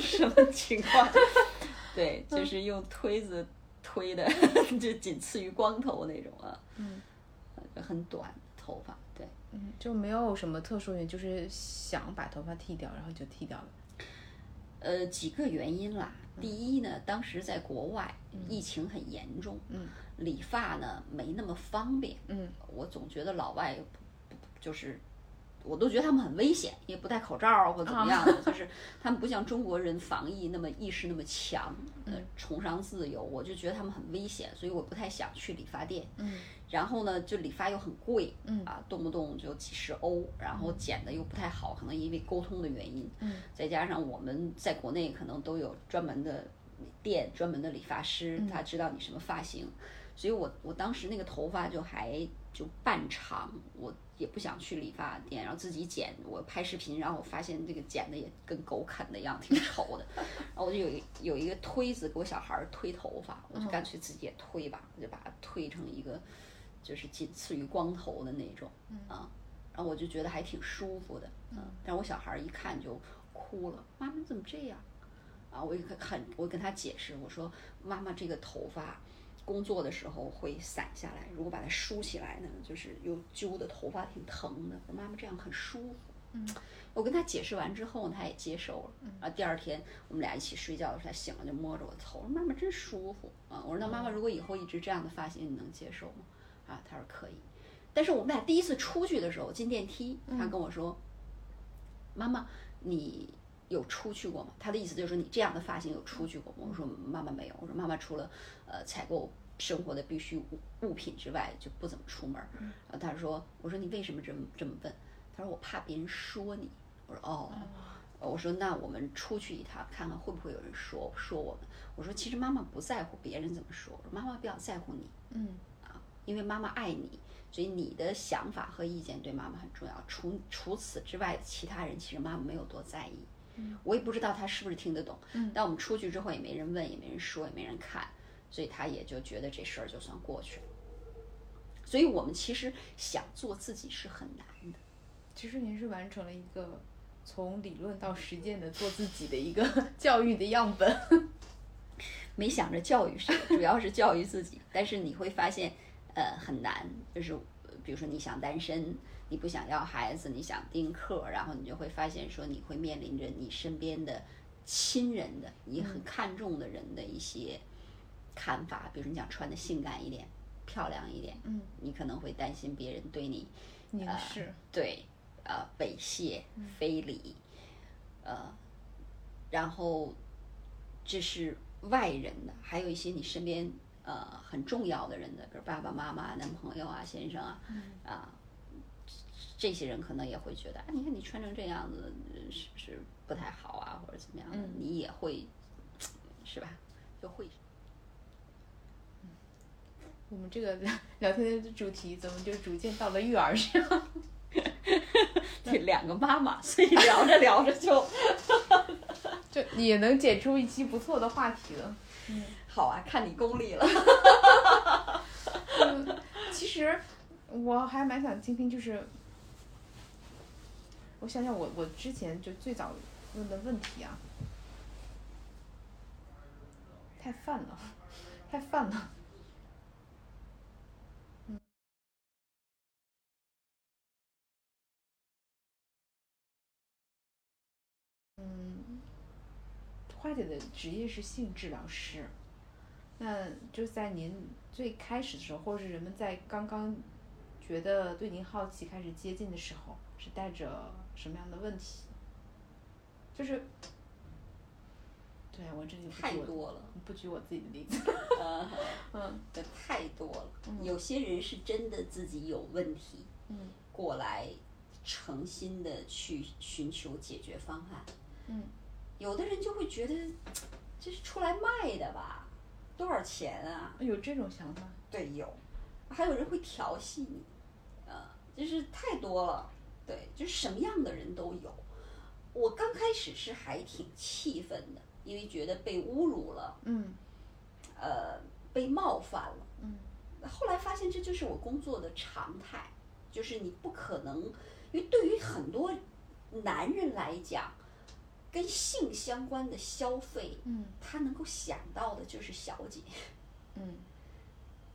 Speaker 3: 什么情况？对，
Speaker 2: 嗯
Speaker 3: 就是用推子推的，就仅次于光头那种啊。
Speaker 2: 嗯
Speaker 3: 呃，就很短的头发，对，
Speaker 2: 嗯，就没有什么特殊原因，就是想把头发剃掉，然后就剃掉了。
Speaker 3: 呃，几个原因啦。第一呢，当时在国外疫情很严重，
Speaker 2: 嗯
Speaker 3: 理发呢没那么方便，
Speaker 2: 嗯
Speaker 3: 我总觉得老外不不就是，我都觉得他们很危险，也不戴口罩啊或怎么样的，就是他们不像中国人防疫那么意识那么强，
Speaker 2: 嗯
Speaker 3: 呃，崇尚自由，我就觉得他们很危险，所以我不太想去理发店。
Speaker 2: 嗯
Speaker 3: 然后呢，就理发又很贵，
Speaker 2: 嗯
Speaker 3: 啊，动不动就几十欧，然后剪的又不太好，可能因为沟通的原因，
Speaker 2: 嗯，
Speaker 3: 再加上我们在国内可能都有专门的店、专门的理发师，他知道你什么发型，所以我我当时那个头发就还就半长，我也不想去理发店，然后自己剪，我拍视频，然后我发现这个剪的也跟狗啃的一样，挺丑的，然后我就有一有一个推子给我小孩儿推头发，我就干脆自己也推吧，我就把它推成一个就是仅次于光头的那种啊，然后我就觉得还挺舒服的，嗯，但是我小孩儿一看就哭了，妈妈你怎么这样？啊，我一个很，我跟他解释，我说妈妈这个头发工作的时候会散下来，如果把它梳起来呢，就是又揪的头发挺疼的。我妈妈这样很舒服，
Speaker 2: 嗯
Speaker 3: 我跟他解释完之后呢，他也接受了。啊，第二天我们俩一起睡觉的时候，他醒了就摸着我头，说妈妈真舒服啊。我说那妈妈如果以后一直这样的发型，你能接受吗？啊，他说可以。但是我们俩第一次出去的时候进电梯，他跟我说，妈妈，你有出去过吗？他的意思就是说你这样的发型有出去过吗？我说妈妈没有，我说妈妈除了呃采购生活的必需物物品之外，就不怎么出门儿。然后他说，我说你为什么这么这么问？他说我怕别人说你。我说哦。我说那我们出去一趟，看看会不会有人说说我们。我说其实妈妈不在乎别人怎么说，我说妈妈比较在乎你，啊
Speaker 2: 嗯
Speaker 3: 因为妈妈爱你，所以你的想法和意见对妈妈很重要。除除此之外，其他人其实妈妈没有多在意。我也不知道他是不是听得懂。
Speaker 2: 嗯
Speaker 3: 但我们出去之后也没人问，也没人说，也没人看，所以他也就觉得这事儿就算过去了。所以我们其实想做自己是很难的。
Speaker 2: 其实您是完成了一个从理论到实践的做自己的一个 教育的样本。
Speaker 3: 没想着教育谁，主要是教育自己。但是你会发现，呃，很难，就是呃比如说你想单身，你不想要孩子，你想丁克，然后你就会发现说你会面临着你身边的亲人的，你很看重的人的一些看法，比如说你想穿的性感一点。漂亮一点，
Speaker 2: 嗯，
Speaker 3: 你可能会担心别人对你
Speaker 2: 您是，
Speaker 3: 对，呃，猥亵、非礼，呃，然后这是外人的，还有一些你身边呃很重要的人的，比如爸爸妈妈、男朋友啊、先生啊，啊、这这些人可能也会觉得，啊，你看你穿成这样子呃是是不太好啊，或者怎么样的，
Speaker 2: 嗯
Speaker 3: 你也会是吧？就会
Speaker 2: 我们这个聊天的主题怎么就逐渐到了育儿上？
Speaker 3: 这 两个妈妈，所以聊着聊着就。
Speaker 2: 就也能剪出一期不错的话题了。
Speaker 3: 好啊，看你功力了。
Speaker 2: 其实我还蛮想听听，就是我想想我，我之前就最早问的问题啊，太泛了，太泛了。嗯，嗯，花姐的职业是性治疗师。那就在您最开始的时候，或者是人们在刚刚觉得对您好奇、开始接近的时候，是带着什么样的问题？就是，对我这里不
Speaker 3: 太
Speaker 2: 举我
Speaker 3: 多了，
Speaker 2: 不举我自己的例子。
Speaker 3: 呃，
Speaker 2: 嗯
Speaker 3: 的太多了。
Speaker 2: 嗯
Speaker 3: 有些人是真的自己有问题
Speaker 2: 嗯
Speaker 3: 过来，诚心的去寻求解决方案。
Speaker 2: 嗯
Speaker 3: 有的人就会觉得这是出来卖的吧，多少钱啊？
Speaker 2: 有这种想法。
Speaker 3: 对，有，还有人会调戏你，呃，就是太多了，对，就是什么样的人都有。我刚开始是还挺气愤的，因为觉得被侮辱了，
Speaker 2: 嗯
Speaker 3: 呃，被冒犯了。
Speaker 2: 嗯
Speaker 3: 后来发现这就是我工作的常态，就是你不可能，因为对于很多男人来讲，跟性相关的消费，
Speaker 2: 嗯
Speaker 3: 他能够想到的就是小姐，
Speaker 2: 嗯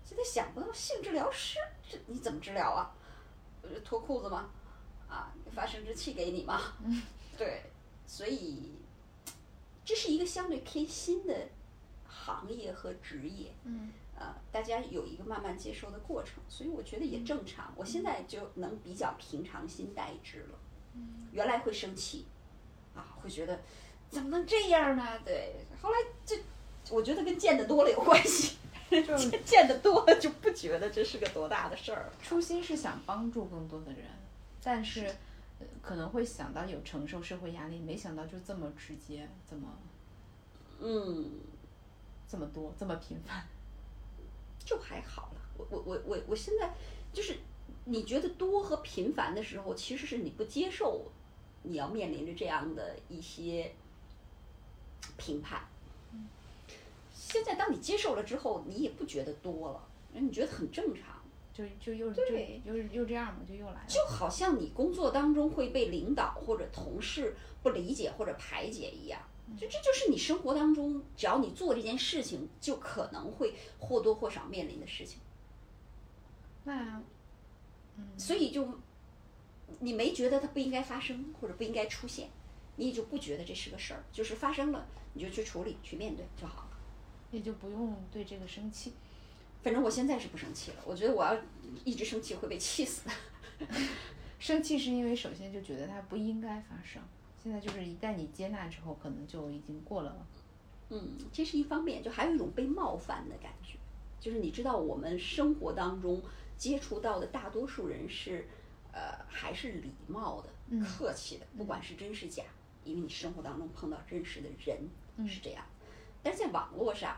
Speaker 3: 所以他想不到性治疗师，这你怎么治疗啊？呃脱裤子吗？啊，发生殖器给你吗？ 对，所以这是一个相对偏新的行业和职业。
Speaker 2: 嗯
Speaker 3: 呃，大家有一个慢慢接受的过程，所以我觉得也正常。我现在就能比较平常心待之了。原来会生气，啊，会觉得怎么能这样呢？对，后来这我觉得跟见得多了有关系，
Speaker 2: 就是
Speaker 3: 见 见得多了就不觉得这是个多大的事儿。
Speaker 2: 初心是想帮助更多的人，但是呃可能会想到有承受社会压力，没想到就这么直接，这么
Speaker 3: 嗯，
Speaker 2: 这么多，这么频繁。
Speaker 3: 就还好了。我我我我我现在就是你觉得多和频繁的时候，其实是你不接受，你要面临着这样的一些评判。现在当你接受了之后，你也不觉得多了，你觉得很正常，
Speaker 2: 就就又就
Speaker 3: 对
Speaker 2: 又又这样嘛，就又来了。
Speaker 3: 就好像你工作当中会被领导或者同事不理解或者排解一样。就这就是你生活当中，只要你做这件事情，就可能会或多或少面临的事情。
Speaker 2: 那
Speaker 3: 所以就你没觉得它不应该发生或者不应该出现，你也就不觉得这是个事儿，就是发生了你就去处理去面对就好了。
Speaker 2: 也就不用对这个生气。
Speaker 3: 反正我现在是不生气了，我觉得我要一直生气会被气死的。
Speaker 2: 生气是因为首先就觉得它不应该发生，现在就是一旦你接纳之后，可能就已经过了。
Speaker 3: 嗯，这是一方面，就还有一种被冒犯的感觉，就是你知道我们生活当中接触到的大多数人是，呃，还是礼貌的、
Speaker 2: 嗯
Speaker 3: 客气的，不管是真是假，因为你生活当中碰到真实的人、
Speaker 2: 嗯
Speaker 3: 是这样，但是在网络上，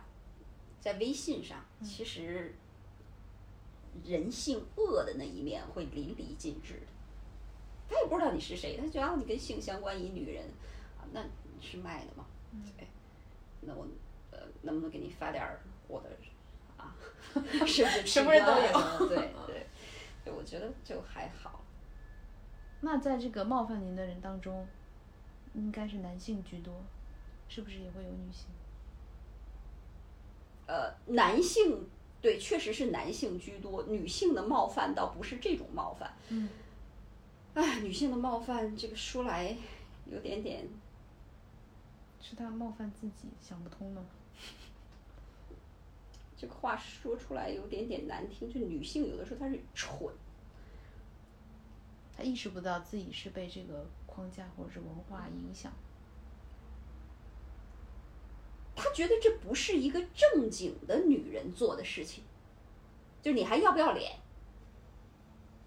Speaker 3: 在微信上，
Speaker 2: 嗯
Speaker 3: 其实人性恶的那一面会淋漓尽致的。他也不知道你是谁，他觉得啊你跟性相关一女人，啊那你是卖的吗？
Speaker 2: 嗯
Speaker 3: 对，那我呃能不能给你发点儿我的啊， 是不是
Speaker 2: 什么人都有
Speaker 3: 有？对对，对我觉得就还好。
Speaker 2: 那在这个冒犯您的人当中，应该是男性居多，是不是也会有女性？
Speaker 3: 呃，男性对确实是男性居多，女性的冒犯倒不是这种冒犯。
Speaker 2: 嗯，
Speaker 3: 哎，女性的冒犯这个说来有点点
Speaker 2: 是他冒犯自己，想不通吗？
Speaker 3: 这个话说出来有点点难听，就女性有的时候她是蠢，
Speaker 2: 他意识不到自己是被这个框架或者是文化影响。
Speaker 3: 她觉得这不是一个正经的女人做的事情，就你还要不要脸？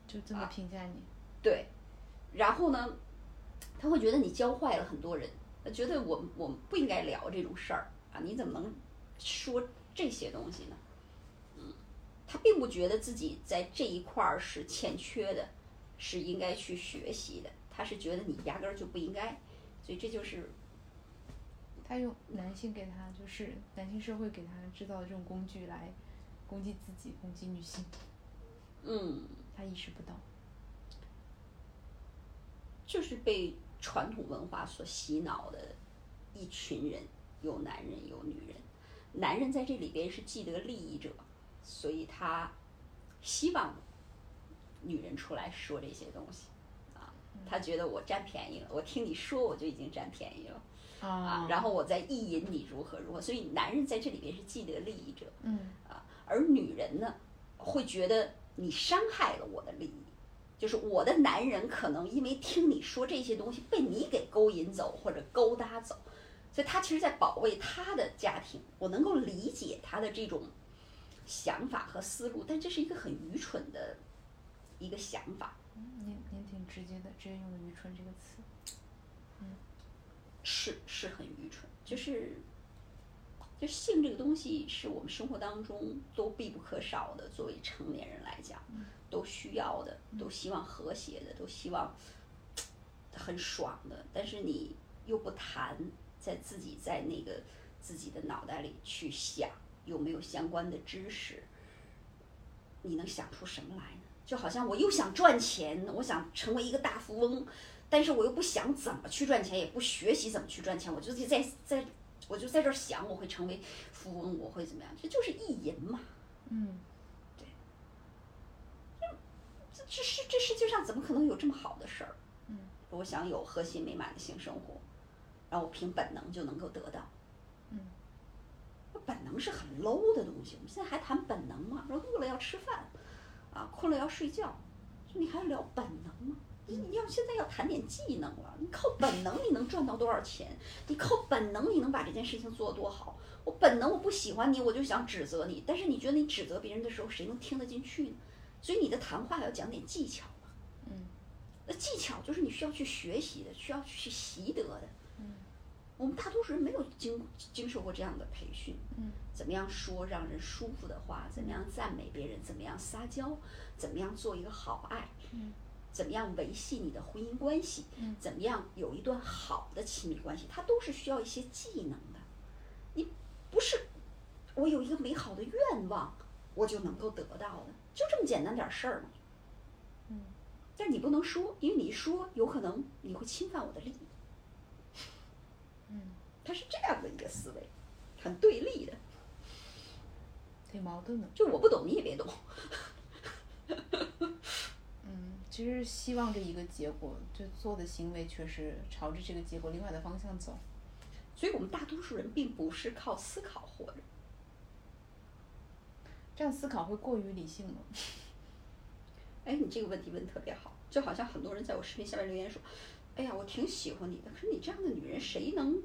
Speaker 2: 就这么评价你，
Speaker 3: 对，然后呢，他会觉得你教坏了很多人，觉得我我们不应该聊这种事儿啊，你怎么能说这些东西呢？嗯，他并不觉得自己在这一块儿是欠缺的，是应该去学习的，他是觉得你压根儿就不应该，所以这就是
Speaker 2: 他用男性给他就是男性社会给他制造的这种工具来攻击自己，攻击女性，
Speaker 3: 嗯，
Speaker 2: 他意识不到。
Speaker 3: 就是被传统文化所洗脑的一群人，有男人有女人，男人在这里边是既得利益者，所以他希望女人出来说这些东西啊，他觉得我占便宜了，我听你说我就已经占便宜了
Speaker 2: 哦
Speaker 3: 啊，然后我再意淫你如何如何，所以男人在这里边是既得利益者，
Speaker 2: 嗯
Speaker 3: 啊，而女人呢，会觉得你伤害了我的利益，就是我的男人可能因为听你说这些东西被你给勾引走或者勾搭走，所以他其实在保卫他的家庭，我能够理解他的这种想法和思路，但这是一个很愚蠢的一个想法。
Speaker 2: 嗯您您挺直接的，直接用了“愚蠢”这个词。
Speaker 3: 是是很愚蠢，就是就是性这个东西是我们生活当中都必不可少的，作为成年人来讲，都需要的，都希望和谐的，都希望很爽的，但是你又不谈，在自己在那个自己的脑袋里去想有没有相关的知识，你能想出什么来呢？就好像我又想赚钱，我想成为一个大富翁，但是我又不想怎么去赚钱，也不学习怎么去赚钱，我就自己在在，我就在这儿想我会成为富翁，我会怎么样？这就是意淫嘛。
Speaker 2: 嗯，
Speaker 3: 这这世这世界上怎么可能有这么好的事儿？
Speaker 2: 嗯，
Speaker 3: 我想有和谐美满的性生活，然后我凭本能就能够得到。
Speaker 2: 嗯，
Speaker 3: 本能是很 low 的东西，我们现在还谈本能吗？说饿了要吃饭，啊，困了要睡觉，你还要聊本能吗？你你要现在要谈点技能了，你靠本能你能赚到多少钱？你靠本能你能把这件事情做得多好？我本能我不喜欢你，我就想指责你，但是你觉得你指责别人的时候，谁能听得进去呢？所以你的谈话要讲点技巧嘛。
Speaker 2: 嗯，
Speaker 3: 那技巧就是你需要去学习的，需要去习得的。
Speaker 2: 嗯，
Speaker 3: 我们大多数人没有经经受过这样的培训。
Speaker 2: 嗯，
Speaker 3: 怎么样说让人舒服的话？怎么样赞美别人？怎么样撒娇？怎么样做一个好爱？
Speaker 2: 嗯，
Speaker 3: 怎么样维系你的婚姻关系？
Speaker 2: 嗯
Speaker 3: 怎么样有一段好的亲密关系？它都是需要一些技能的。你不是我有一个美好的愿望，我就能够得到的，就这么简单点儿事儿嘛。
Speaker 2: 嗯，
Speaker 3: 但是你不能说，因为你一说，有可能你会侵犯我的利益。
Speaker 2: 嗯，
Speaker 3: 它是这样的一个思维，很对立的。
Speaker 2: 挺矛盾的。
Speaker 3: 就我不懂，你也别懂。
Speaker 2: 嗯，这其实希望这一个结果，就做的行为却是朝着这个结果另外的方向走。
Speaker 3: 所以我们大多数人并不是靠思考活着，
Speaker 2: 这样思考会过于理性吗？
Speaker 3: 哎，你这个问题问得特别好，就好像很多人在我视频下面留言说：“哎呀，我挺喜欢你的，可是你这样的女人谁能，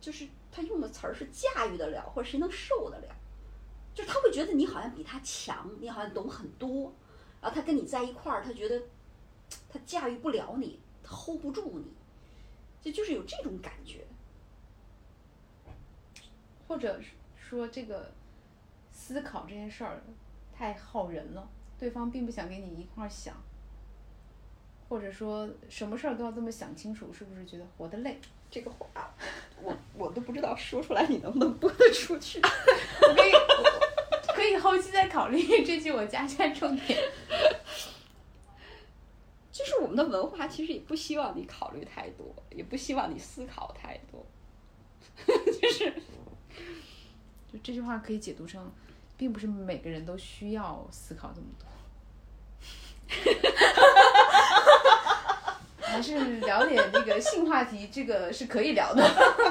Speaker 3: 就是她用的词儿是驾驭得了，或者谁能受得了？”就是她会觉得你好像比她强，你好像懂很多，然后她跟你在一块儿，她觉得她驾驭不了你，她 hold 不住你，就就是有这种感觉。
Speaker 2: 或者说这个思考这件事儿太耗人了，对方并不想跟你一块儿想，或者说什么事儿都要这么想清楚，是不是觉得活得累？
Speaker 3: 这个话，我我都不知道说出来你能不能播得出去。
Speaker 2: 我可以我可以后期再考虑，这句我加一下重点。
Speaker 3: 就是我们的文化其实也不希望你考虑太多，也不希望你思考太多， 就是
Speaker 2: 就这句话可以解读成，并不是每个人都需要思考这么 多。还是聊点那个性话题，这个是可以聊的。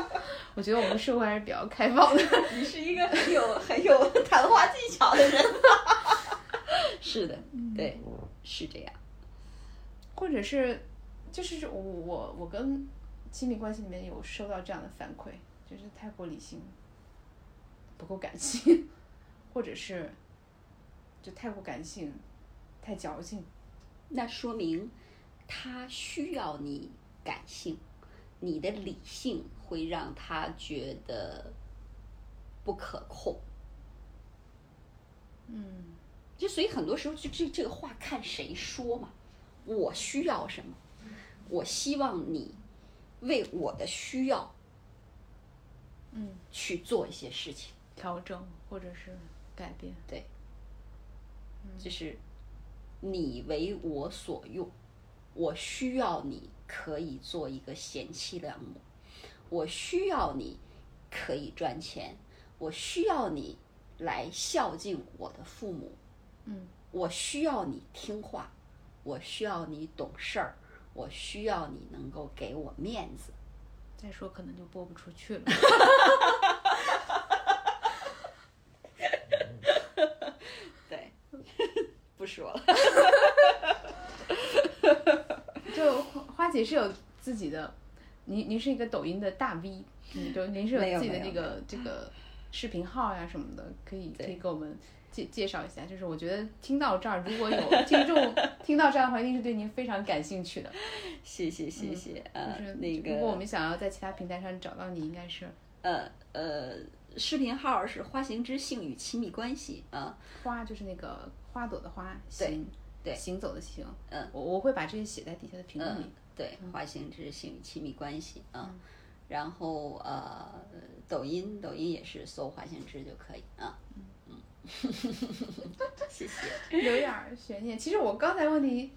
Speaker 2: 我觉得我们社会还是比较开放的。
Speaker 3: 你是一个很有很有 谈话技巧的人。 是的，对，是这样。
Speaker 2: 或者是，就是我我我跟亲密关系里面有收到这样的反馈，就是太过理性，不够感性， 或者是就太过感性，太矫情。
Speaker 3: 那说明他需要你感性，你的理性会让他觉得不可控。
Speaker 2: 嗯，
Speaker 3: 就所以很多时候就这这个话看谁说嘛，我需要什么，我希望你为我的需要
Speaker 2: 嗯，
Speaker 3: 去做一些事情。
Speaker 2: 调整或者是改变。
Speaker 3: 对，就是你为我所用，我需要你可以做一个贤妻良母，我需要你可以赚钱，我需要你来孝敬我的父母，
Speaker 2: 嗯，
Speaker 3: 我需要你听话，我需要你懂事儿，我需要你能够给我面子。
Speaker 2: 再说可能就播不出去了。
Speaker 3: 对， 不说了。
Speaker 2: 就花花姐是有自己的，您您是一个抖音的大 V，嗯，就您是
Speaker 3: 没有
Speaker 2: 有自己的
Speaker 3: 没
Speaker 2: 这
Speaker 3: 有
Speaker 2: 个这个视频号呀、什么的，可以可以给我们介介绍一下。就是我觉得听到这儿，如果有 听众听到这儿的话，一定是对您非常感兴趣的。嗯
Speaker 3: 谢谢谢谢，
Speaker 2: 就
Speaker 3: 呃
Speaker 2: 是，
Speaker 3: 那个
Speaker 2: 如果我们想要在其他平台上找到你，应该是
Speaker 3: 呃呃，视频号是“花行之性与亲密关系”啊、
Speaker 2: 花，就是那个花朵的花，行，
Speaker 3: 对
Speaker 2: 行走的行。
Speaker 3: 嗯，
Speaker 2: 我我会把这些写在底下的评论里。
Speaker 3: 对，“花行之性与亲密关系”啊、然后呃，抖音抖音也是搜“花行之”就可以啊。嗯，谢谢。
Speaker 2: 有点儿悬念。其实我刚才问题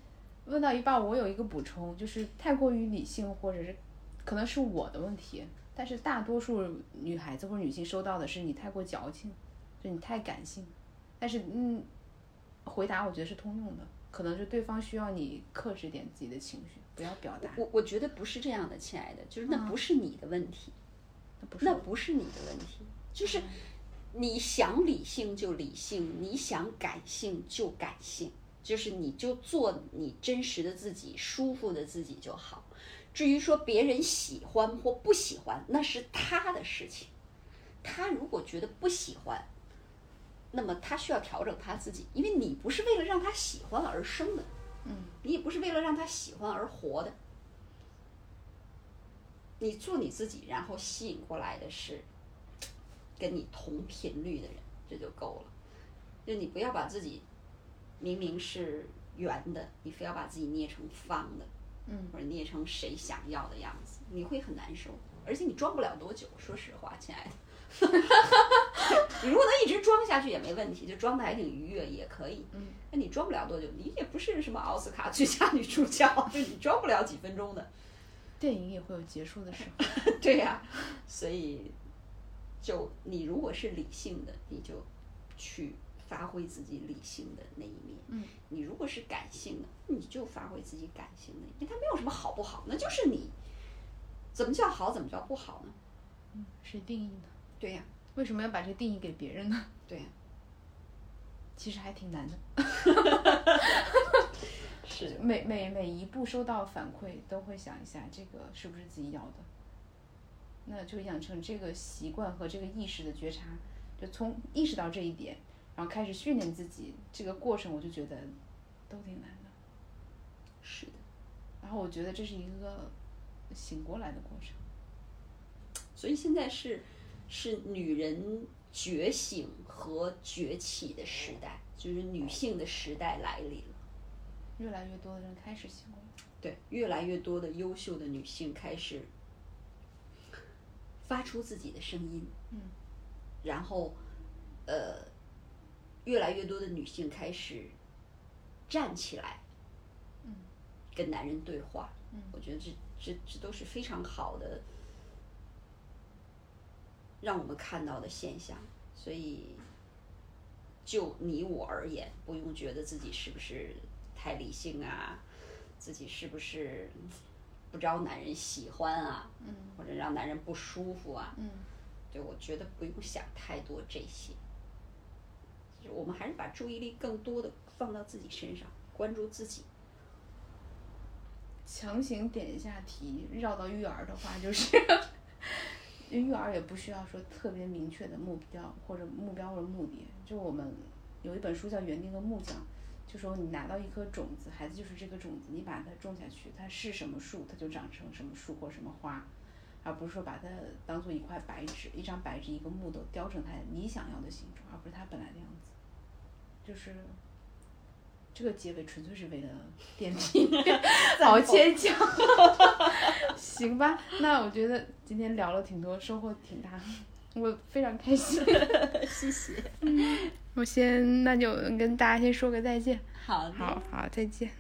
Speaker 2: 问到一半，我有一个补充，就是太过于理性，或者是可能是我的问题，但是大多数女孩子或者女性收到的是你太过矫情，就你太感性。但是嗯，回答我觉得是通用的，可能是对方需要你克制点自己的情绪，不要表达。
Speaker 3: 我我觉得不是这样的，亲爱的，就是那不是你的问题，
Speaker 2: 那不是
Speaker 3: 那不是你的问题，就是你想理性就理性，你想感性就感性，就是你就做你真实的自己，舒服的自己就好。至于说别人喜欢或不喜欢，那是他的事情。他如果觉得不喜欢，那么他需要调整他自己，因为你不是为了让他喜欢而生的，
Speaker 2: 嗯，
Speaker 3: 你也不是为了让他喜欢而活的。你做你自己，然后吸引过来的是跟你同频率的人，这就够了。就你不要把自己明明是圆的，你非要把自己捏成方的，
Speaker 2: 嗯，
Speaker 3: 或者捏成谁想要的样子，你会很难受，而且你装不了多久。说实话，亲爱的， 你如果能一直装下去也没问题，就装的还挺愉悦也可以。
Speaker 2: 嗯，
Speaker 3: 那你装不了多久，你也不是什么奥斯卡最佳女主角，就你装不了几分钟的。
Speaker 2: 电影也会有结束的时候。
Speaker 3: 对呀、所以就你如果是理性的，你就去发挥自己理性的那一面。
Speaker 2: 嗯，
Speaker 3: 你如果是感性的，你就发挥自己感性的，因为它没有什么好不好，那就是你怎么叫好，怎么叫不好呢？
Speaker 2: 嗯，谁定义的？
Speaker 3: 对呀、
Speaker 2: 为什么要把这个定义给别人呢？
Speaker 3: 对呀、
Speaker 2: 其实还挺难的。
Speaker 3: 是
Speaker 2: 每每每一步收到反馈，都会想一下这个是不是自己要的，那就养成这个习惯和这个意识的觉察，就从意识到这一点，然后开始训练自己。这个过程我就觉得都挺难的，
Speaker 3: 是的，
Speaker 2: 然后我觉得这是一个醒过来的过程。
Speaker 3: 所以现在是是女人觉醒和崛起的时代，就是女性的时代来临了。
Speaker 2: 越来越多的人开始醒过来，
Speaker 3: 对，越来越多的优秀的女性开始发出自己的声音，
Speaker 2: 嗯，
Speaker 3: 然后呃，越来越多的女性开始站起来，
Speaker 2: 嗯，
Speaker 3: 跟男人对话，
Speaker 2: 嗯
Speaker 3: 我觉得这这这都是非常好的，让我们看到的现象，所以。就你我而言，不用觉得自己是不是太理性啊，自己是不是嗯不招男人喜欢啊，
Speaker 2: 嗯
Speaker 3: 或者让男人不舒服啊？
Speaker 2: 嗯，
Speaker 3: 对，我觉得不用想太多这些，就是我们还是把注意力更多的放到自己身上，关注自己。
Speaker 2: 强行点一下题，绕到育儿的话就是。因为育儿也不需要说特别明确的目标或者目标或者目的，就我们有一本书叫《园丁和木匠》，就说你拿到一颗种子，孩子就是这个种子，你把它种下去，它是什么树，它就长成什么树或什么花，而不是说把它当做一块白纸、一张白纸、一个木头雕成它你想要的形状，而不是它本来的样子。就是这个结尾纯粹是为了点 题，好牵强。行吧，那我觉得今天聊了挺多，收获挺大，我非常开心。 嗯
Speaker 3: 谢谢。
Speaker 2: 我先那就跟大家先说个再见，
Speaker 3: 好的，
Speaker 2: 好好再见。